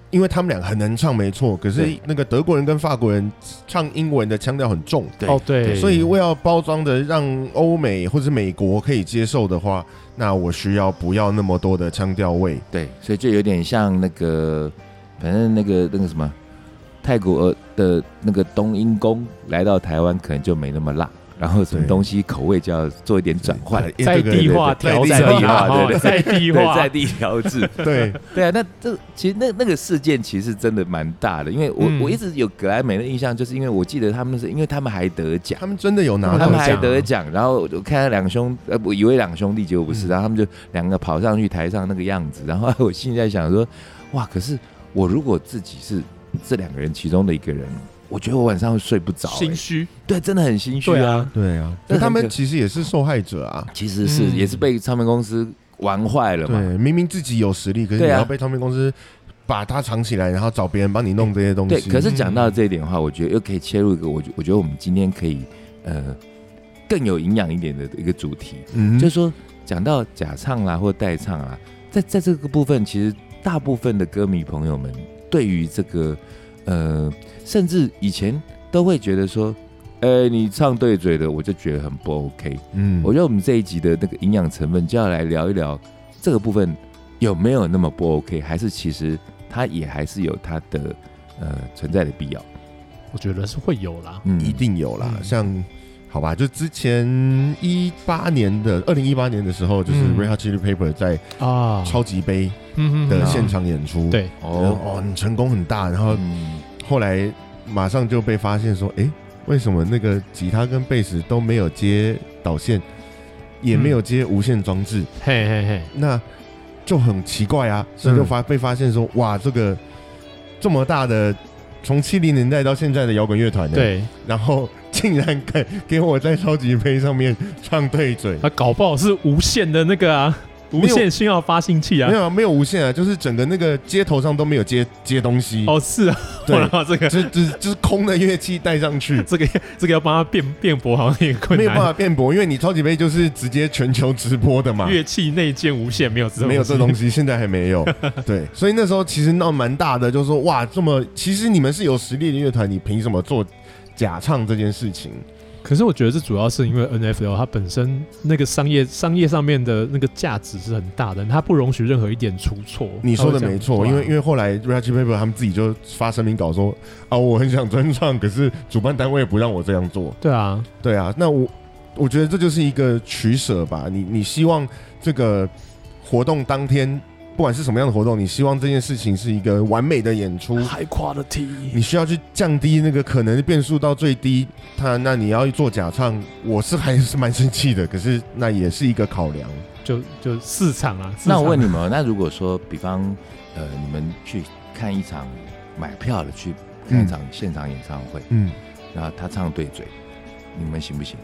S1: 因为他们俩很能唱没错，可是
S4: 对
S1: 那个德国人跟法国人唱英文的腔调很重，
S4: 对
S3: 哦对，
S1: 所以为了包装的让欧美或者美国可以接受的话，那我需要不要那么多的腔调味，
S4: 对，所以就有点像那个，反正那个那个什么，泰国的那个冬阴功来到台湾，可能就没那么辣。然后什么
S1: 对
S4: 东西口味就要做一点转换，
S1: 对
S3: 在地化
S1: 对
S3: 调
S1: 对对
S3: 整，
S4: 在地化
S3: 哦 [LAUGHS]
S4: 对对
S3: 在地
S4: 对，
S3: 化，
S4: 在地
S3: [LAUGHS]
S4: 调制。
S1: 对，
S4: 对啊，那这其实那那个事件其实真的蛮大的，因为我、
S3: 嗯
S4: 我一直有格莱美的印象，就是因为我记得他们是因为他们还得奖，
S1: 他们真的有拿
S3: 他
S4: 他
S1: 到
S4: 们
S1: 奖
S4: 还
S3: 啊
S4: 得奖，然后我看到两兄呃，我以为两兄弟，结果不是，
S3: 嗯
S4: 然后他们就两个跑上去台上那个样子，然后我心里在想说，哇，可是我如果自己是这两个人其中的一个人，我觉得我晚上会睡不着、
S3: 心
S4: 欸，
S3: 虚，
S4: 对，真的很心虚
S3: 对
S4: 啊。
S3: 啊，
S1: 对啊，
S4: 那
S1: 那他
S4: 很
S1: 们
S4: 可
S1: 其实也是受害者啊。
S4: 其实是、
S3: 嗯
S4: 也是被唱片公司玩坏了
S1: 对
S4: 嘛，，
S1: 明明自己有实力，可是
S4: 对
S1: 你
S4: 啊
S1: 要被唱片公司把它藏起来，然后找别人帮你弄这些东
S4: 对，
S1: 西。
S4: 可是讲到这一点的话，我觉得又可以切入一个，我觉我觉得我们今天可以呃更有营养一点的一个主题，
S1: 嗯
S4: 就是说讲到假唱啦或代唱啊，在在这个部分，其实大部分的歌迷朋友们对于这个呃，甚至以前都会觉得说。呃，你唱对嘴的，我就觉得很不 OK。
S1: 嗯
S4: 我觉得我们这一集的那个营养成分就要来聊一聊这个部分有没有那么不 OK，还是其实它也还是有它的呃存在的必要。
S3: 我觉得是会有啦，
S4: 嗯
S1: 一定有啦，
S3: 嗯
S1: 像。好吧，就之前一八年的二零一八年的时候，就是
S3: 嗯
S1: Red Hot Chili Pepper 在
S3: 啊，
S1: 超级杯
S3: 嗯嗯嗯
S1: 的
S4: 嗯
S1: 现场演出，
S3: 对
S1: 然后，哦，你成功很大，然后
S4: 嗯
S1: 后来马上就被发现说，诶，为什么那个吉他跟贝斯都没有接导线，也没有接无线装置，
S3: 嘿嘿嘿，
S1: 那就很奇怪啊，
S3: 嗯
S1: 所以就发被发现说，哇，这个这么大的，从七零年代到现在的摇滚乐团，，欸
S3: 对，
S1: 然后竟然给给我在超级杯上面唱对嘴，
S3: 哎啊，搞不好是无限的那个啊，无线信号发信器啊
S1: 没。有啊，没有无线啊，就是整个那个街头上都没有接接东西，
S3: 哦，是啊，
S1: 对
S3: [LAUGHS] 哇，这
S1: [LAUGHS]
S3: 个，
S1: 就就就是空的乐器带上去
S3: [LAUGHS] 这个这个要帮他辩辩驳，好像有点困
S1: 没有办
S3: 难。
S1: 法辩驳，因为你超级杯就是直接全球直播的嘛，
S3: 乐器内建无线没有这
S1: 没有这
S3: 种
S1: 东西，现在还没
S3: [LAUGHS]
S1: 有。对，所以那时候其实闹蛮大的，就是说哇，这么其实你们是有实力的乐团，你凭什么做假唱这件事情？
S3: 可是我觉得这主要是因为 NFL 它本身那个商业商业上面的那个价值是很大的，它不容许任何一点出错。
S1: 你说的没
S3: 它
S1: 错，
S3: 会
S1: 因
S3: 这样
S1: 为因为后来 r a g i Paper 他们自己就发声明稿说啊，我很想专唱，可是主办单位不让我这样做。
S3: 对啊，
S1: 对啊，那我我觉得这就是一个取舍吧。你你希望这个活动当天，不管是什么样的活动，你希望这件事情是一个完美的演出，
S4: 啊
S3: ，high quality，
S1: 你需要去降低那个可能的变数到最低。他那你要做假唱，我是还是蛮生气的，可是那也是一个考量。
S3: 就就市场啊。市场
S4: 那我问你们，哦那如果说，比方，呃，你们去看一场买票的去看一场现场演唱会，
S1: 嗯，
S4: 然后他唱对嘴，你们行不行？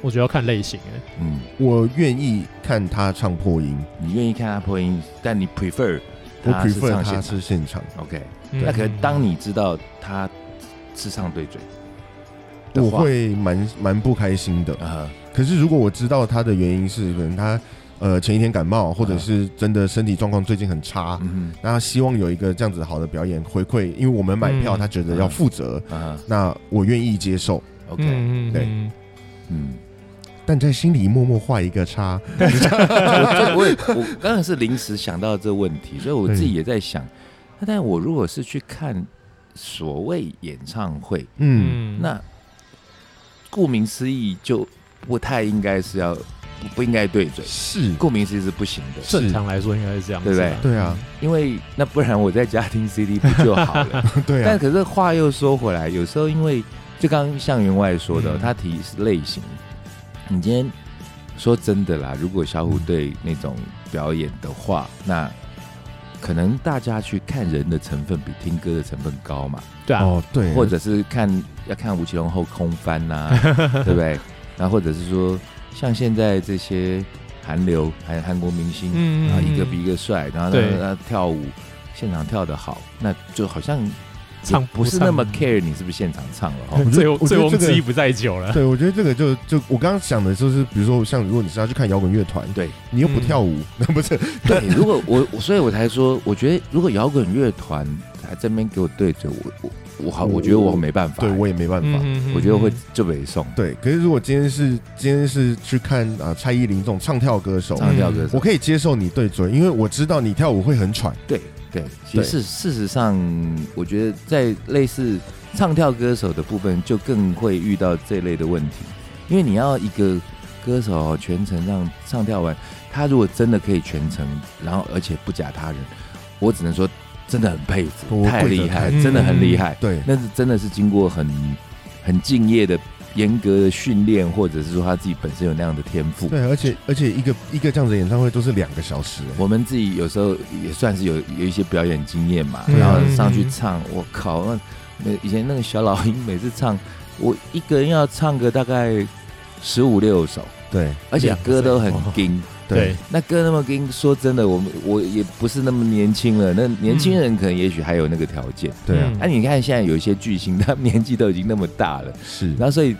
S3: 我觉得要看类型哎、
S4: 嗯，
S1: 我愿意看他唱破音，
S4: 你愿意看他破音，但你 prefer
S1: 我
S4: 他是
S1: prefer
S4: 唱
S1: 他
S4: 现
S1: 是
S4: 场。
S1: 现场。
S4: OK，
S3: 嗯
S4: 那可当你知道他是唱对嘴的
S1: 我
S4: 话，
S1: 会蛮蛮不开心的，
S4: 啊，
S1: 可是如果我知道他的原因是可能他呃前一天感冒，或者是真的身体状况最近很差，
S4: 嗯
S1: 那他希望有一个这样子好的表演回馈，因为我们买票，
S3: 嗯
S1: 他觉得要负责，
S4: 哼啊
S1: 那我愿意接受，
S4: ，OK，
S3: 嗯嗯
S1: 对
S3: 嗯，
S4: 嗯，
S1: 但在心里默默画一个叉。
S4: 嗯我我也我刚刚是临时想到这问题，所以我自己也在想，那但我如果是去看所谓演唱会，
S1: 嗯，
S4: 那顾名思义就不太应该是要不不应该对嘴，
S1: 是， [LAUGHS]
S4: 顾名思义是不行的，
S3: 正常来说应该是这样子啊，
S4: 对不
S1: 对啊，
S4: 因为那不然我在家听 CD 不就好了？
S1: 对
S4: 但
S1: 啊，
S4: 可是话又说回来，有时候因为就刚刚向员外说的，
S3: 嗯
S4: 他提是类型。你今天说真的啦，如果小虎队那种表演的话，那可能大家去看人的成分比听歌的成分高嘛，
S3: 对啊，
S1: 哦对，
S4: 或者是看要看吴奇隆后空翻呐、
S3: [LAUGHS]
S4: 对不对？然后或者是说像现在这些韩流韩韩国明星，
S3: 嗯
S4: 然后一个比一个帅，然后
S3: 对
S4: 他他跳舞，现场跳得好，那就好像
S3: 唱
S4: 不是那么
S1: 啊
S3: 唱嗯
S4: care 你是不是现场唱了哦。
S3: [LAUGHS]
S1: 我觉
S3: 醉
S1: 得
S3: 翁
S1: 我觉
S3: 醉
S1: 得
S3: 翁
S1: 这个
S3: 之意不在酒了，
S1: 对，我觉得这个就就我刚刚想的就是，比如说像如果你是要去看摇滚乐团，
S4: 对
S1: 你又不跳舞，
S4: 嗯
S1: 那不是
S4: 对， [LAUGHS] 如果我我所以我才说，我觉得如果摇滚乐团还这边给我对着我我我好，我觉得我没办法，
S1: 对我也嗯没办法。
S3: 嗯
S4: 我觉得会就北送
S1: 对，可是如果今天是今天是去看啊、蔡依林这种唱跳歌手，
S4: 唱跳歌手
S1: 我。可以接受你对嘴，因为我知道你跳舞会很喘。
S4: 对对，其实事事实上，我觉得在类似唱跳歌手的部分，就更会遇到这类的问题，因为你要一个歌手全程让唱跳完，他如果真的可以全程，然后而且不假他人，我只能说真的很佩服，
S1: 我
S4: 太嗯
S1: 跪着
S4: 厉害，
S3: 看
S4: 真的很厉害，
S1: 对，
S4: 那是真的是经过很很敬业的。严格的训练，或者是说他自己本身有那样的天赋，
S1: 对，而且而且一个一个这样子的演唱会都是两个小时，
S4: 我们自己有时候也算是有有一些表演经验嘛，
S1: 对啊
S4: 然后上去唱，我靠，那那以前那个小老鹰每次唱，我一个人要唱个大概十五六首，
S1: 对
S4: 而且
S3: 两个
S4: 歌都很
S3: 声音哦
S4: 硬。
S3: 对，
S4: 那歌那么硬，说真的，我们我也不是那么年轻了，那年轻人可能也许还有那个条件。
S1: 对啊，
S3: 嗯
S4: 那、你看现在有一些巨星，他们年纪都已经那么大了，
S1: 是
S3: 嗯
S4: 然后所以，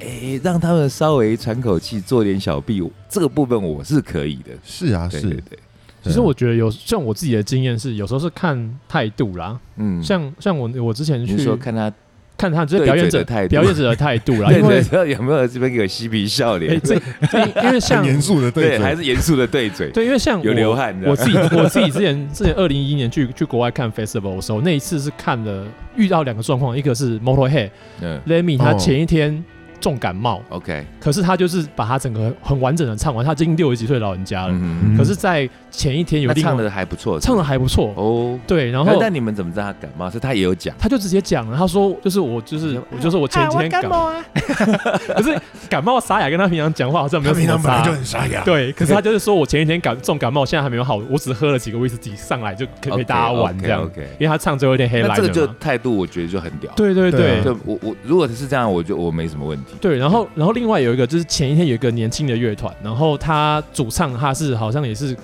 S4: 诶，让他们稍微喘口气，做点小弊，这个部分我是可以的。
S1: 是啊
S4: 对
S1: 是。
S4: 对对，
S3: 其实我觉得有像我自己的经验是，有时候是看态度啦，
S4: 嗯
S3: 像像我我之前
S4: 你
S3: 去
S4: 是说看他
S3: 看他这
S4: 对
S3: 表演
S4: 嘴
S3: 者
S4: 的态度
S3: 表演者的态
S4: [LAUGHS]
S3: 度啦，
S4: 对
S3: 因为
S4: 对对，有没有这边给我嬉皮笑
S3: 哎
S4: 脸？
S3: 这这因为
S1: 很
S3: 像
S1: 严肃的
S4: 对，还
S1: 嘴，
S4: 是严肃的对嘴，
S3: 对，因为像
S4: 有
S3: 我
S4: 流汗的
S3: 我自己我自己之前之前二零一一年去去国外看 festival 的时候，那一次是看了遇到两个状况，一个是 Motorhead
S4: 嗯
S3: Lemmy 他
S1: 哦
S3: 前一天重感冒，
S4: ，OK，
S3: 可是他就是把他整个很完整的唱完，他已经六十几岁老人家了，
S4: 嗯，
S3: 啊可是，在前一天有
S4: 他
S3: 另外
S4: 唱的还不错，
S3: 唱的还不错，
S4: 哦，
S3: 对，然
S4: 然
S3: 后
S4: 但你们怎么知道他感冒？是他也有讲，
S3: 他就直接讲了，他说就是我就是我就是哎我前几天感冒， [LAUGHS] 可是感冒沙哑跟他平常讲话好像没
S1: 他
S3: 有什
S1: 平
S3: 么
S1: 常本来就
S3: 差。
S1: 很沙哑。
S3: 对，可是他就是说我前一天感重感冒，现在还没有好，我只喝了几个威士忌，上来就可以陪大家玩这样。
S4: OK，
S3: 因为他唱最后一天黑
S4: 哦那
S3: 来
S4: 这
S3: 的
S4: 个就
S3: 嘛。
S4: 态度，我觉得就很屌。
S3: 对对
S1: 对
S3: 对
S1: 啊
S4: 就我我如果是这样，我就我没什么问题。
S3: 对，然后然后另外有一个就是前一天有一个年轻的乐团，然后他主唱他是好像也是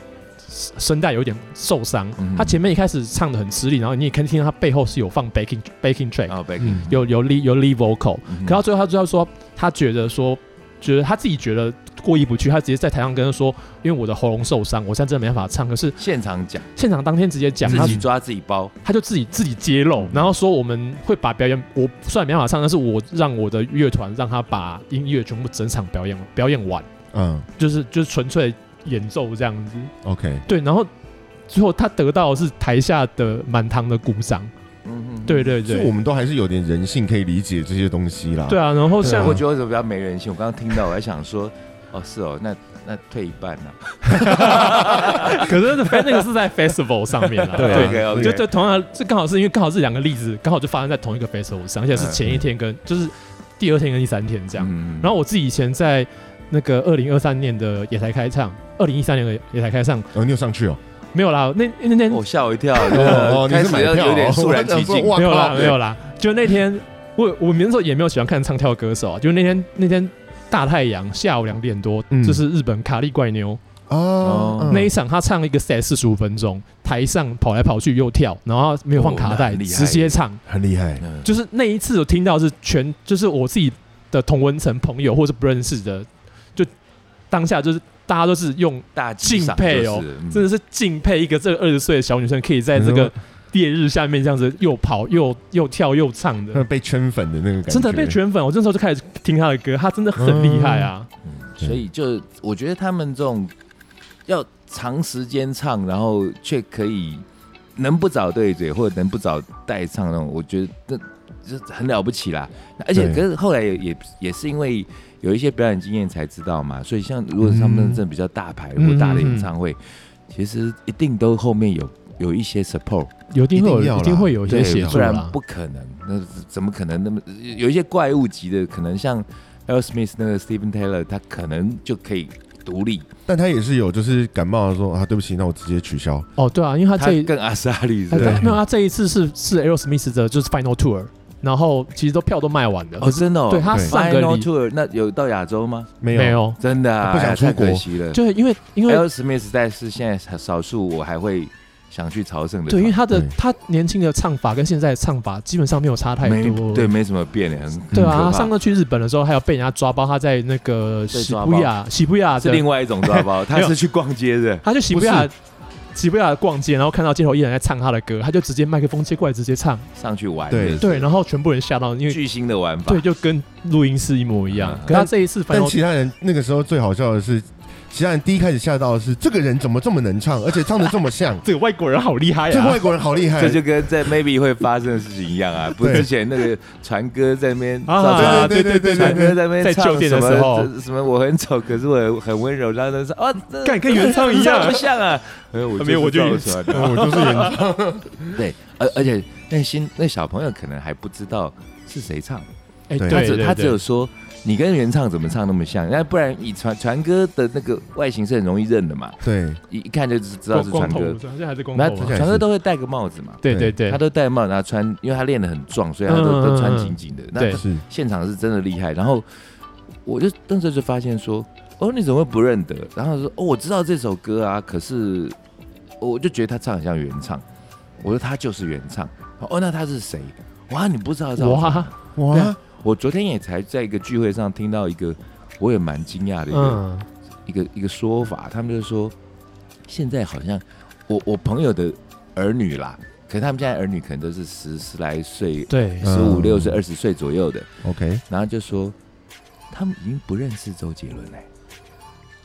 S3: 声带有点受伤，
S4: 嗯
S3: 他前面一开始唱的很吃力，然后你也可以听到他背后是有放 backing backing track，、
S4: 啊 b a c k i
S1: 嗯
S4: n
S3: 有有 lead 有 lead vocal，、
S4: 嗯
S3: 可到最后他最后说他觉得说觉得他自己觉得过意不去，他直接在台上跟他说，因为我的喉咙受伤，我现在真的没办法唱，可是
S4: 现场讲，
S3: 现场当天直接讲他
S4: 自己抓自己包，
S3: 他就自己自己揭露，
S1: 嗯
S3: 然后说我们会把表演，我虽然没办法唱，但是我让我的乐团让他把音乐全部整场表演表演完，
S1: 嗯
S3: 就是就是纯粹演奏这样子。
S1: ，OK，
S3: 对，然后最后他得到的是台下的满堂的鼓掌。
S4: 嗯哼
S3: 对。对
S1: 所以我
S3: 对，
S1: 们都还是有点人性，可以理解这些东西啦。
S3: 对啊，然后像
S1: 对
S4: 我
S1: 啊
S4: 觉得为什么比较没人性？我刚刚听到，我还想说，哦，是哦，那那退一半啊
S3: [LAUGHS]
S4: 呢、
S3: 可是那个是在 festival 上面啦，
S1: 啊
S4: [LAUGHS]
S1: 对啊
S3: 对。
S4: OK
S3: 就
S4: OK，
S3: 这同样，这刚好是因为刚好是两个例子，刚好就发生在同一个 festival 上，而且是前一天跟就是第二天跟第三天这样。
S4: 嗯
S3: 然后我自己以前在那个二零二三年的野台开唱，二零一三年的野台开唱
S1: 哦，你有上去
S3: [LAUGHS]
S1: 哦？
S3: 没有啦，那那天、
S4: 我吓我一 [LAUGHS] 跳，
S3: 啊
S1: 哦，你
S4: 开
S1: 是
S4: 始
S1: 买
S4: 要
S1: 票哦
S4: 有点肃然起敬。
S1: 我
S3: 没有
S1: [LAUGHS] 想说哇
S3: 啦
S1: 靠
S3: 没
S4: 欸
S3: 有啦，就那天我我那时候也没有喜欢看唱跳歌手啊，就那天那天大太阳下午两点多，
S1: 嗯
S3: 就是日本卡利怪妞、
S1: 哦
S4: 嗯
S3: 那一场，他唱了一个 set 四十五分钟，台上跑来跑去又跳，然后没有放卡
S4: 哦那
S3: 带，
S4: 很厉害
S3: 直接唱，
S1: 很厉害，
S4: 嗯
S3: 就是那一次我听到是全就是我自己的同文层朋友或是不认识的，就当下就是大家都是用
S4: 大敬
S3: 敬佩哦
S4: 嗯
S3: 真的是敬佩一个这个二十岁的小女生，可以在这个烈日下面这样子又跑又又跳又唱
S1: 那
S3: 的，
S1: 被圈粉的那个感觉，
S3: 真的被圈粉。我那时候就开始听她的歌，她真的很厉害啊！
S4: 嗯所以就我觉得他们这种要长时间唱，然后却可以能不找对嘴或者能不找代唱那种，我觉得这这很了不起啦。而且
S1: 对
S4: 可是后来也也也是因为有一些表演经验才知道嘛，所以像如果是他们那种比较大牌
S3: 嗯
S4: 或大的演唱会，其实一定都后面有有一些 support。
S3: 有一定会
S1: 一定要
S3: 有，
S1: 啦
S3: 嗯一定会有一些
S4: 对，
S3: 协
S4: 不
S3: 助
S4: 然
S3: 啦
S4: 不。可能。那怎么可能？那么有一些怪物级的，可能像 L. Smith 那个 Stephen Taylor，他可能就可以独立。
S1: 但他也是有，就是感冒说啊，对不起，那我直接取消。
S3: 哦，对啊，因为她
S4: 他
S3: 这一
S4: 跟阿莎莉是
S3: 她
S4: 不
S1: 对
S4: 是
S3: 没有，她这一次是是 Aerosmith 的，就是 Final Tour，然后其实都票都卖完了，
S4: 哦，真的、哦。
S3: 对她
S1: 对
S3: 上个
S4: Final
S3: 礼
S4: Tour 那有到亚洲吗？
S1: 没
S3: 没有，
S4: 真的、啊，
S1: 不想
S4: 哎
S1: 出
S4: 太
S1: 国
S4: 可惜了。
S3: 就是因为因为
S4: L. Smith 在是现在少数我还会想去朝圣的。
S3: 对，因为她的
S1: 对
S3: 她年轻的唱法跟现在的唱法基本上没有差太多
S4: 没。对没什么变，很
S3: 对
S4: 很可
S3: 啊，
S4: 怕
S3: 她上次去日本的时候，还有被人家抓包，她在那个
S4: 被
S3: 喜
S4: 抓
S3: 布
S4: 包
S3: 亚喜布亚
S4: 是
S3: 的
S4: 另外一种抓包，他
S3: [LAUGHS] 没有
S4: 是去逛街的。
S3: 他就喜不亚喜不亚逛街，然后看到街头艺人在唱他的歌，他就直接麦克风接过来直接唱，
S4: 上去玩
S1: 对
S4: 的，
S3: 对，然后全部人吓到，因为
S4: 巨星的玩法，
S3: 对，就跟录音室一模一样
S4: 嗯。
S3: 可他这一次反
S1: 但
S3: 正，
S1: 其他人那个时候最好笑的是，其他人第一开始吓到的是，这个人怎么这么能
S4: [LAUGHS]
S1: 唱，而且唱的这么像
S3: 这个外国人好厉害
S1: 这
S3: 啊
S1: 外！国人好厉害。
S4: [LAUGHS] 这就跟在 maybe 会发生的事情一样啊，不是之前那个船哥在那边
S3: 啊，
S4: 造
S1: 对对对对
S4: 船哥在那边
S3: 在
S4: 唱
S3: 酒店的时候
S4: 什么这什么我很丑，可是我很温柔，然后他说哦，这
S3: 干跟原唱一样
S4: [LAUGHS] 这不像啊，哎我
S3: 没有我就
S4: 就是
S3: [LAUGHS]
S4: 造船的
S1: 我哦就是原
S4: [LAUGHS]
S1: 唱，
S4: 对，而而且那新那小朋友可能还不知道是谁唱，
S3: 哎，
S1: 对
S3: 对，
S4: 他
S3: 对
S4: 只
S3: 对
S4: 他只有说你跟原唱怎么唱那么像，那不然以船船哥的那个外形是很容易认的嘛，
S1: 对，
S4: 一一看就知道
S3: 光
S4: 是
S3: 光
S4: 船
S3: 头，
S4: 哥，
S3: 现在还是光
S4: 那
S3: 头啊嘛
S1: 这。
S4: 船哥都会戴个帽子嘛，
S3: 对对对
S4: 他，都戴帽，然后穿，因为他练得很壮，所以他都、
S3: 嗯
S4: 都穿紧紧的。那
S3: 对
S4: 他
S1: 是
S4: 现场是真的厉害。然后我就当时就发现说，哦，你怎么会不认得？然后他说，哦，我知道这首歌啊，可是我就觉得他唱很像原唱。我说他就是原唱。哦，那他是谁？哇，你不知道？
S3: 哇，，对
S1: 哇
S3: 啊，
S4: 我昨天也才在一个聚会上听到一个，我也蛮惊讶的一个、
S3: 嗯，
S4: 一个一个说法，他们就说现在好像我我朋友的儿女啦，可是他们现在儿女可能都是十十来岁、
S3: 对，
S1: 嗯
S4: 十五六岁、二十岁左右的，
S1: ，OK，
S4: 然后就说他们已经不认识周杰伦嘞、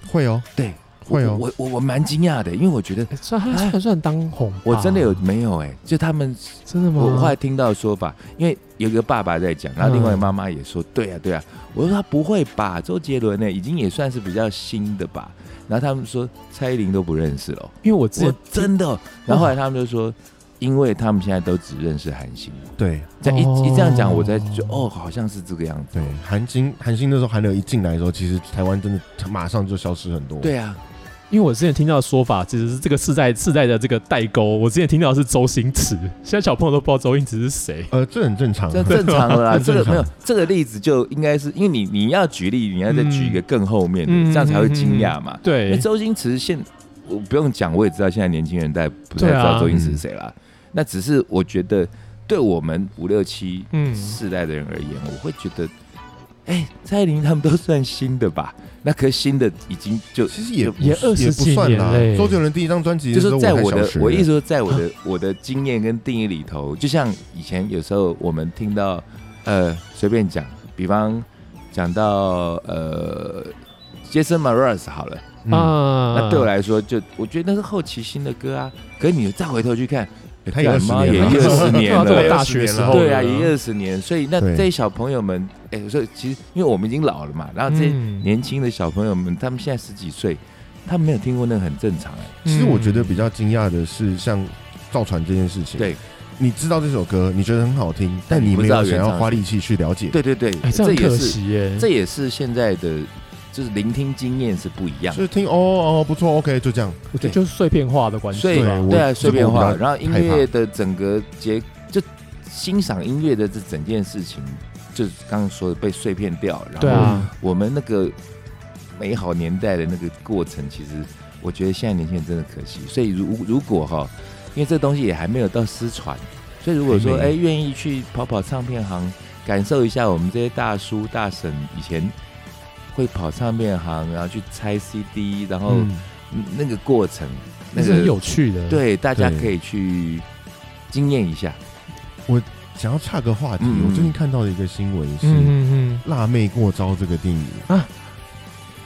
S1: 会哦，
S4: 对，
S1: 会哦，
S4: 我我我蛮惊讶的，因为我觉得
S3: 算他算算当红吧，
S4: 哎我真的有没有哎、就他们
S3: 真的吗？
S4: 我后来听到的说法，因为有个爸爸在讲，
S1: 嗯
S4: 然后另外一个妈妈也说，对啊对啊，我说他不会吧，周杰伦呢已经也算是比较新的吧，然后他们说蔡依林都不认识了哦。
S3: 因为我之
S4: 我
S3: 前
S4: 真的哦。然后后来他们就说，因为他们现在都只认识韩星，
S1: 对
S4: 这样一、
S3: 哦
S4: 一这样讲，我才觉得哦，好像是这个样子
S1: 对。，韩星韩星那时候韩流一进来的时候，其实台湾真的马上就消失很多。
S4: 对啊，
S3: 因为我之前听到的说法，其实是这个世代世代的这个代沟。我之前听到的是周星驰，现在小朋友都不知道周星驰是谁。
S1: 呃，这很正常，
S4: 这正常
S1: [LAUGHS]
S4: 了啦，
S1: 很
S4: [LAUGHS] 这
S1: 正
S4: 个
S1: 常
S4: 没有这个例子就应该是因为你你要举例，你要再举一个更后面的，
S3: 嗯
S4: 这样才会惊讶嘛。因为
S3: 对，
S4: 周星驰现我不用讲，我也知道现在年轻人在不太
S3: 对
S4: 知
S3: 啊
S4: 道周星驰是谁啦。那只是我觉得对我们五六七
S3: 嗯
S4: 世代的人而言，我会觉得，哎，蔡依林他们都算新的吧？那颗新的已经就
S1: 其实也不
S3: 也
S1: 是
S3: 20
S1: 也不算啦
S3: 几年嘞。
S1: 周杰伦第一张专辑的
S4: 就
S1: 时
S4: 是
S1: 候
S4: 在
S1: 还
S4: 我
S1: 小
S4: 的
S1: 学，
S4: 我意思说，在我的我的经验跟定义里头，就像以前有时候我们听到，呃，随便讲，比方讲到呃，Jason Mraz 好了，
S1: 啊，
S3: 啊
S4: 那对我来说，就我觉得那是后期新的歌啊。可是你再回头去看，
S1: 哎他也二十
S4: 干嘛
S1: 年
S4: 也
S1: 了， [LAUGHS]
S4: 20年了
S3: 对啊
S1: 也
S3: 对我大
S1: 20
S3: 学
S1: 年
S3: 时
S1: 了
S3: 候，
S4: 对啊，也二十年，所以那
S1: 对
S4: 这些小朋友们，哎，所以其实因为我们已经老了嘛，然后这些
S3: 嗯
S4: 年轻的小朋友们，他们现在十几岁，他们没有听过那个很正常哎、
S1: 其实我觉得
S3: 嗯
S1: 比较惊讶的是，像造船这件事情，
S4: 对，
S1: 你知道这首歌，你觉得很好听，但你
S4: 你不
S1: 没
S4: 知道
S1: 有想
S4: 原
S1: 要
S4: 唱
S1: 花
S4: 是
S1: 力气去了解，
S4: 对对对，
S3: 哎，这
S4: 这
S3: 很
S4: 也
S3: 可
S4: 是
S3: 惜耶。
S4: 这也是现在的就是聆听经验是不一样
S1: 就是
S4: 的，
S1: 听哦哦不错，OK，就这样，
S3: 我觉得就是碎片化的关系
S4: 所以
S1: 对我
S3: 吧。
S4: 对啊，
S1: 这
S4: 碎
S1: 个
S4: 片
S1: 我比
S4: 化，
S1: 较
S4: 然后音
S1: 害怕
S4: 乐的整个结就欣赏音乐的这整件事情，就是刚刚说的被碎片掉，然
S3: 对
S4: 后
S3: 啊，
S4: 我们那个美好年代的那个过程，其实我觉得现在年轻人真的可惜，所以如如果哈，因为这东西也还没有到失传，所以如果说
S1: 还
S4: 哎
S1: 没
S4: 愿意去跑跑唱片行，感受一下我们这些大叔大婶以前会跑唱片行，然后去拆 CD，然后
S3: 嗯，
S4: 那个过程，
S3: 那
S4: 哦那
S3: 是很
S4: 个
S3: 有趣的。，
S4: 对大家
S1: 对
S4: 可以去经验一下。
S1: 想要岔个话题，
S4: 嗯
S1: 我最近看到的一个新闻是《
S3: 嗯嗯
S1: 辣妹过招》这个电影
S3: 啊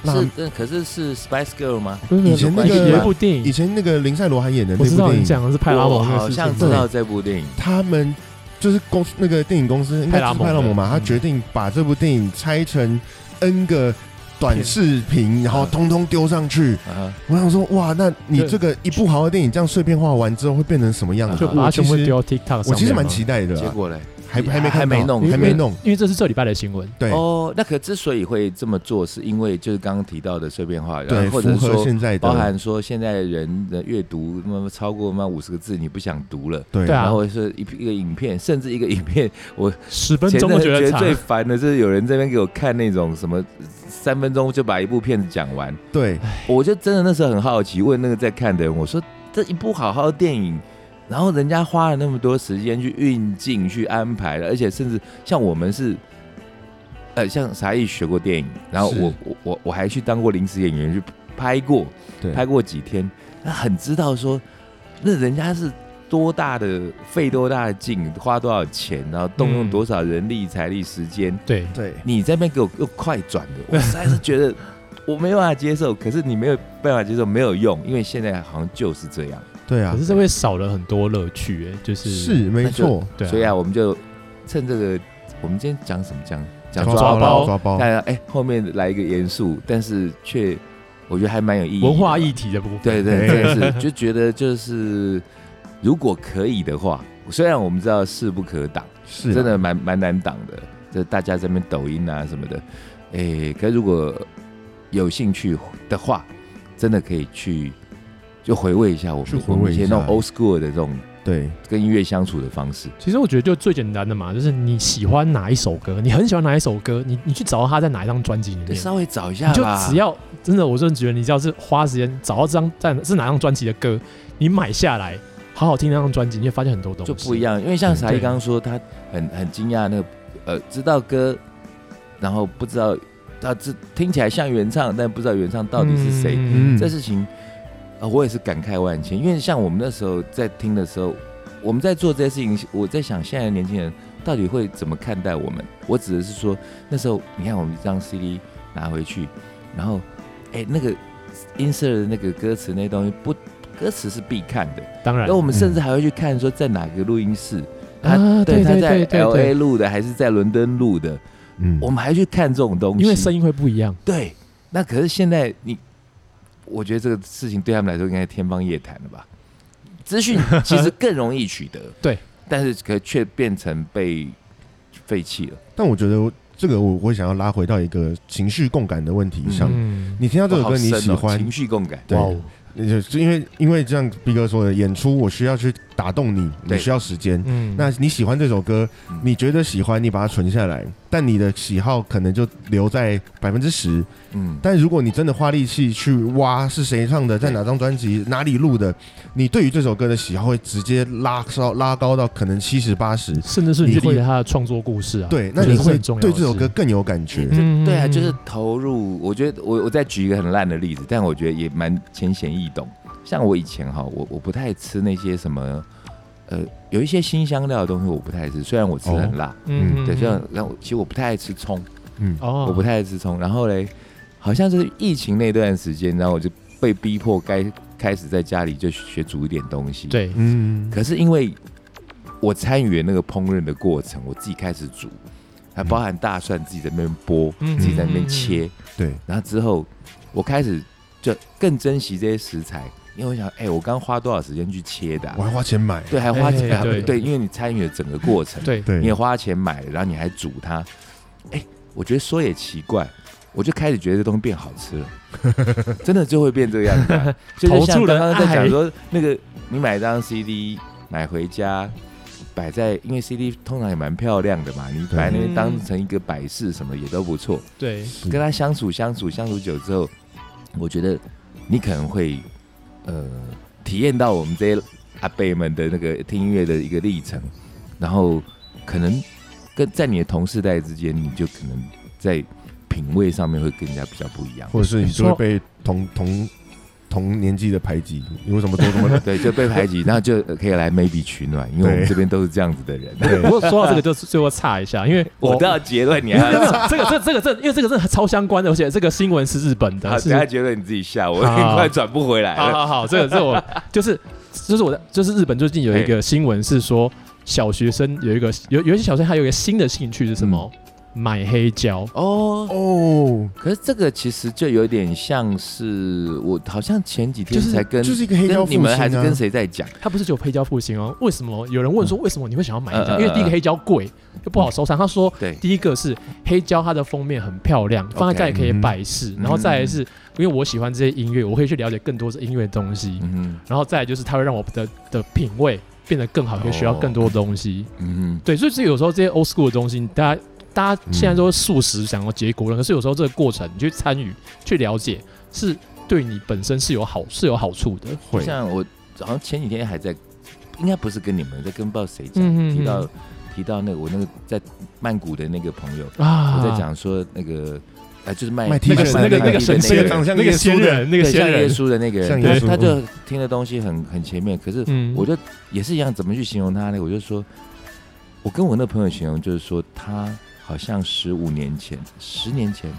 S1: 辣
S4: 是，呃可是是 Spice Girl 吗？
S3: 嗯，
S1: 以前那个
S3: 有一部电
S1: 以
S3: 影，
S1: 前那个林赛罗还演的
S3: 我
S1: 那
S3: 知
S1: 部
S3: 道
S1: 电
S3: 你
S1: 影，
S3: 讲的是派拉
S4: 我
S3: 蒙那个事情，
S4: 好像知
S1: 对
S4: 道这部电影。
S1: 他们就是公司那个电影公司应该就是派
S3: 派
S1: 拉
S3: 拉
S1: 蒙
S3: 蒙的
S1: 嘛，他
S3: 嗯
S1: 决定把这部电影拆成 N 个短视频，然后
S4: 嗯
S1: 通通丢上去。
S4: 啊
S1: 我想说，哇，那你这个一部好的电影这样碎片化完之后会变成什么样子？啊
S3: 就把它
S1: 我其
S3: 全部
S1: 实
S3: 丢 TikTok 上
S1: 我其实
S3: 面
S1: 蛮
S3: 嘛
S1: 期待
S4: 哈，
S1: 的
S4: 结
S1: 啊，
S4: 果嘞？
S1: 还
S4: 还
S1: 还没看
S4: 还没
S1: 到
S4: 弄
S1: 还
S3: 因为
S1: 没弄。
S3: 因为这是这礼拜的新闻。
S1: 对
S4: 哦，那可之所以会这么做，是因为就是刚刚提到的碎片化，然
S1: 对，
S4: 后或者
S1: 符
S4: 是
S1: 合
S4: 说
S1: 现在
S4: 包
S1: 的
S4: 含说现在人的阅读那么超过那五十个字，你不想读了。
S1: 对
S3: 对啊
S4: 然后是一一个影片，甚至一个影片，
S3: 十分
S4: 前
S3: 钟
S4: 阵
S3: 都
S4: 子
S3: 觉
S4: 觉
S3: 得
S4: 得
S3: 长，
S4: 最烦的就是有人这边给我看那种什么三分钟就把一部片子讲完，
S1: 对，
S4: 我就真的那时候很好奇，问那个在看的人，我说这一部好好的电影，然后人家花了那么多时间去运镜、去安排了，而且甚至像我们是，呃，像傻义学过电影，然后
S1: 是
S4: 我我我我还去当过临时演员去拍过，
S1: 对
S4: 拍过几天，那很知道说，那人家是多大的费多大的劲，花多少钱，然后动用
S3: 嗯
S4: 多少人力、财力、时间，
S3: 对，
S1: 对，
S4: 你在那边给我又快转的，我实在是觉得我没办法接受。可是你没有办法接受没有用，因为现在好像就是这样。
S1: 对啊
S3: 可，是这会少了很多乐趣，哎，就是
S1: 是没
S4: 那就
S1: 错，
S3: 对啊，
S4: 所以啊，我们就趁这个，我们今天讲什么讲讲
S1: 抓
S3: 抓
S1: 包啦
S3: 包
S1: 抓包
S4: 大，家哎，后面来一个严肃，但是却我觉得还蛮有意义的吧。
S3: 文化议题的部分，
S4: 对对，
S1: 哎
S4: 真的是就觉得就是，如果可以的话，虽然我们知道势不可挡。
S1: 是啊
S4: 真的蛮蛮难挡的。这大家这边抖音啊什么的，诶、可如果有兴趣的话，真的可以去就回味一下我
S1: 去
S4: 们
S1: 回
S4: 我
S1: 味
S4: 们
S1: 一
S4: 一
S1: 下
S4: 些那种 old school 的这种
S1: 对，
S4: 跟音乐相处的方式。
S3: 其实我觉得就最简单的嘛，就是你喜欢哪一首歌，你很喜欢哪一首歌，你你去找到它在哪一张专辑里
S4: 对，
S3: 面，
S4: 稍微找一下
S3: 你就
S4: 吧。
S3: 只要真的，我真的觉得你只要是花时间找到这张在是哪张专辑的歌，你买下来好好听那张专辑，你会发现很多东西
S4: 就不一。样，因为像
S1: 对
S4: 傻一
S3: 对
S4: 刚刚说，他很很惊讶那个呃，知道歌，然后不知道啊，这听起来像原唱，但不知道原唱到底是谁。
S1: 嗯
S4: 这事情啊、呃我也是感慨万千，因为像我们那时候在听的时候，我们在做这些事情，我在想现在的年轻人到底会怎么看待我们？我指的是说，那时候你看我们这张 CD 拿回去，然后哎、那个音色的那个歌词那东西不。歌词是必看的，
S3: 当然
S4: 然后嗯我们甚至还会去看说在哪个录音室，他
S3: 啊，对
S4: 他
S3: 对
S4: 在
S3: 对
S4: L A
S3: 对对，
S4: 录的还是在伦敦录的，
S1: 嗯
S4: 我们还去看这种东西，
S3: 因为声音会不一样，
S4: 对，那可是现在你，我觉得这个事情对他们来说应该是天方夜谭了吧？资 [LAUGHS] 讯其实更容易取得，
S3: 对，
S4: 但是可却变成被废弃了。
S1: 但我觉得这个我会想要拉回到一个情绪共感的问题上。
S3: 嗯，
S1: 你听到这首
S4: 哇好
S1: 歌你
S4: 深哦
S1: 喜欢
S4: 情，绪共感，
S1: 对
S3: 哇哦，
S1: 那就是因为因为这样逼哥说的，演出我需要去打动你，你
S4: 对
S1: 需要时间。
S3: 嗯，
S1: 那你喜欢这首歌
S4: 嗯，
S1: 你觉得喜欢，你把它存下来，但你的喜好可能就留在百分之十。
S4: 嗯，
S1: 但如果你真的花力气去挖是谁唱的，在哪张专辑、哪里录的，你对于这首歌的喜好会直接拉高拉高到可能七十八十。
S4: 啊
S3: 甚至是你
S1: 你
S3: 去理解他的创作故事啊，
S1: 对，那
S3: 我觉得
S1: 你
S3: 是
S1: 会
S3: 很重要的
S1: 对这首
S3: 事
S1: 歌更有感觉。
S3: 嗯
S4: 就对啊，就是投入。我觉得我我再举一个很烂的例子，但我觉得也蛮浅显易懂。像我以前哈，我我不太吃那些什么，呃，有一些新香料的东西我不太吃，虽然我吃得很辣，
S1: 嗯
S4: 对，虽然然后其实我不太爱吃葱，
S1: 嗯，
S3: 哦，
S4: 我不太爱吃葱。然后嘞，好像就是疫情那段时间，然后我就被逼迫该开始在家里就学煮一点东西。，
S3: 对，
S1: 嗯，
S4: 可是因为我参与了那个烹饪的过程，我自己开始煮，还包含大蒜自己在那边剥，
S3: 嗯
S4: 自己在那边切。
S1: 对，
S4: 然后之后我开始就更珍惜这些食材，因为我想，哎、我刚花多少时间去切的啊、
S1: 我还花钱买。
S4: 对，还花钱、
S3: 哎
S4: 还
S3: 对
S4: 对，因为你参与了整个过程，
S3: 嗯对，
S1: 对
S4: 你也花钱买了，然后你还煮它，哎、我觉得说也奇怪。我就开始觉得这东西变好吃了， [LAUGHS] 真的就会变这个样子啊、就是像刚刚在讲说，那个你买一张 CD 买回家，摆在因为 CD 通常也蛮漂亮的嘛，你摆那边当成一个摆饰什么也都不错。
S3: 对，
S1: 是
S4: 跟他相处相处相处久之后，我觉得你可能会呃体验到我们这些阿伯们的那个听音乐的一个历程，然后可能跟在你的同世代之间，你就可能在品味上面会更加比较不一样，
S1: 或者是你就会被同同同年纪的排挤，你为什么做这
S4: [LAUGHS]
S1: 么？
S4: 对，就被排挤，那就可以来 maybe 取暖，因为我们
S1: 对
S4: 这边都是这样子
S3: [LAUGHS]
S4: 的人。
S1: 对
S3: 不过说到这个，就是最后岔一下，因为
S4: [LAUGHS] 我到结论，
S3: 没
S4: 你
S3: 有
S4: 还
S3: 没有没
S4: 要。
S3: 有这个这这个这，因为这个是超相关的，而且这个新闻是日本
S4: 好，
S3: 的，是
S4: 等下结论你自己下，我
S3: 好
S4: 很快转不回来
S3: 好
S4: 了。
S3: 好好，这个这我就是就是我的就是日本最近有一个新闻是说，小学生有一个有有一些小学生还有一个新的兴趣是什么？
S4: 嗯
S3: 买黑胶。
S4: 哦，
S1: 哦，
S4: 可是这个其实就有点像是我好像前几天
S1: 就是
S4: 才跟、
S1: 就是一个黑胶
S4: 跟
S1: 复
S4: 你
S1: 兴
S4: 们还是
S1: 啊
S4: 跟谁在讲？
S3: 他不是只有黑胶复兴哦？为什么有人问说为什么你会想要买黑胶？
S4: 嗯嗯嗯
S3: 因为第一个黑胶贵，又不好收藏。他说
S4: 对，
S3: 第一个是黑胶，它的封面很漂亮，放在家里可以
S1: 嗯
S3: 摆饰。然后再来
S4: 嗯
S3: 是因为我喜欢这些音乐，我可以去了解更多的音乐东西。
S4: 嗯
S3: 然后再来就是它会让我的的品味变得更好，可以学到更多的东西。
S4: 哼嗯
S3: 对，所以这有时候这些 old school 的东西，大家大家现在都素食想要结果了，可是有时候这个过程你去参与、去了解，是对你本身是有好是有好处的。
S4: 哼，
S1: 会
S4: 像我好像前几天还在，应该不是跟你们，在跟不知道谁讲、
S3: 嗯嗯嗯
S4: 提到提到那个我那个在曼谷的那个朋友，
S3: 啊
S4: 我在讲说那个呃就是卖
S1: 卖 T
S3: 那个
S1: 恤
S3: 那个那个
S1: 神
S3: 神
S1: 那
S3: 仙
S1: 个长相
S3: 那个
S1: 耶稣
S3: 仙
S1: 的
S3: 人，那个
S4: 对像
S3: 仙
S4: 耶
S3: 人，
S4: 稣的那个
S1: 像
S4: 人，
S1: 耶
S4: 对
S1: 稣
S4: 他就听的东西很很前面，可是
S3: 嗯
S4: 我就也是一样，怎么去形容他呢？我就说，我跟我那朋友形容，就是说他好像十五年前、十年前、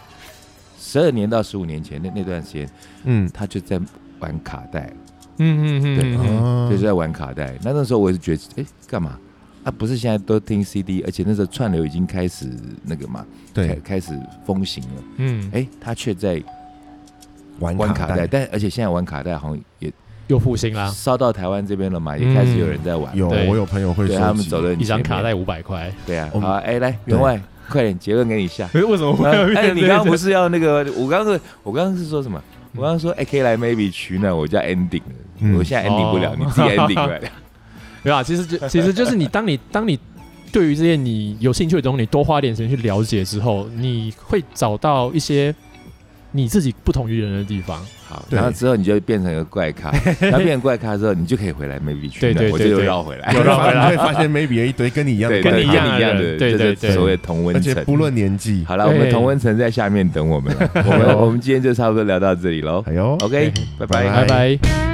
S4: 十二年到十五年前那那段时间，
S1: 嗯，
S4: 他就在玩卡带，
S3: 嗯嗯
S4: 对
S3: 嗯嗯，
S1: 啊
S4: 就是在玩卡带。那那时候我也是觉得，哎、干嘛？啊，不是现在都听 CD，而且那时候串流已经开始那个嘛，开
S1: 对，
S4: 开始风行了。
S3: 嗯，
S4: 哎、他却在
S1: 玩
S4: 玩
S1: 卡啊
S4: 卡带，，但而且现在玩卡带好像也
S3: 又复兴啦，
S4: 烧到台湾这边了嘛，也开始有人在玩。
S1: 嗯有
S3: 对
S1: 我有朋友会
S4: 对他
S1: 收
S4: 们
S1: 集 [LAUGHS]
S4: 走，的
S3: 一张卡带五百块。
S4: 对啊，
S1: 我们
S4: 好啊，哎、来员外，快点结论给你下。
S3: [LAUGHS] 可是为什么
S4: 然后哎、你刚刚不
S3: 是
S4: 是要那个？我刚刚是，我刚刚是说什么？
S3: 嗯
S4: 我刚刚说，哎、可以来 maybe 取暖，啊我叫 ending 了，
S1: 嗯
S4: 我现在 ending 不了，
S3: 哦
S4: 你自己 ending
S3: [LAUGHS]
S4: 来。
S3: 对啊？其实就其实就是你当你当你对于这些你有兴趣的东西，你多花点时间去了解之后，你会找到一些你自己不同于人的地方。
S4: 好，
S1: 对
S4: 然后之后你就变成一个
S3: [LAUGHS]
S4: 怪咖，然后变成怪咖之后，你就可以回来 maybe 取
S3: 对
S4: 暖，
S3: 对
S4: 我
S3: 对
S4: 就又
S3: 对
S4: 绕回来，
S3: 有
S1: 你
S3: 绕回
S1: 会
S3: 来
S4: [LAUGHS]
S1: 发你会发现 maybe 有一堆跟你一样的
S4: 对
S1: 人，
S3: 跟你一样
S4: 对
S3: 的
S4: 一样
S3: 人对
S4: 就是
S3: 对对
S4: 所谓同
S1: 而
S4: 温
S1: 且
S4: 层。
S1: 不论年
S4: [LAUGHS]
S1: 纪，
S4: 好了，我们
S3: 对
S4: 同温
S1: [LAUGHS]
S3: [LAUGHS]
S4: 层在下面等我们了。我们我们今天就差不多聊到这里喽。
S1: 哎呦
S4: OK，拜拜
S1: 拜
S3: 拜拜。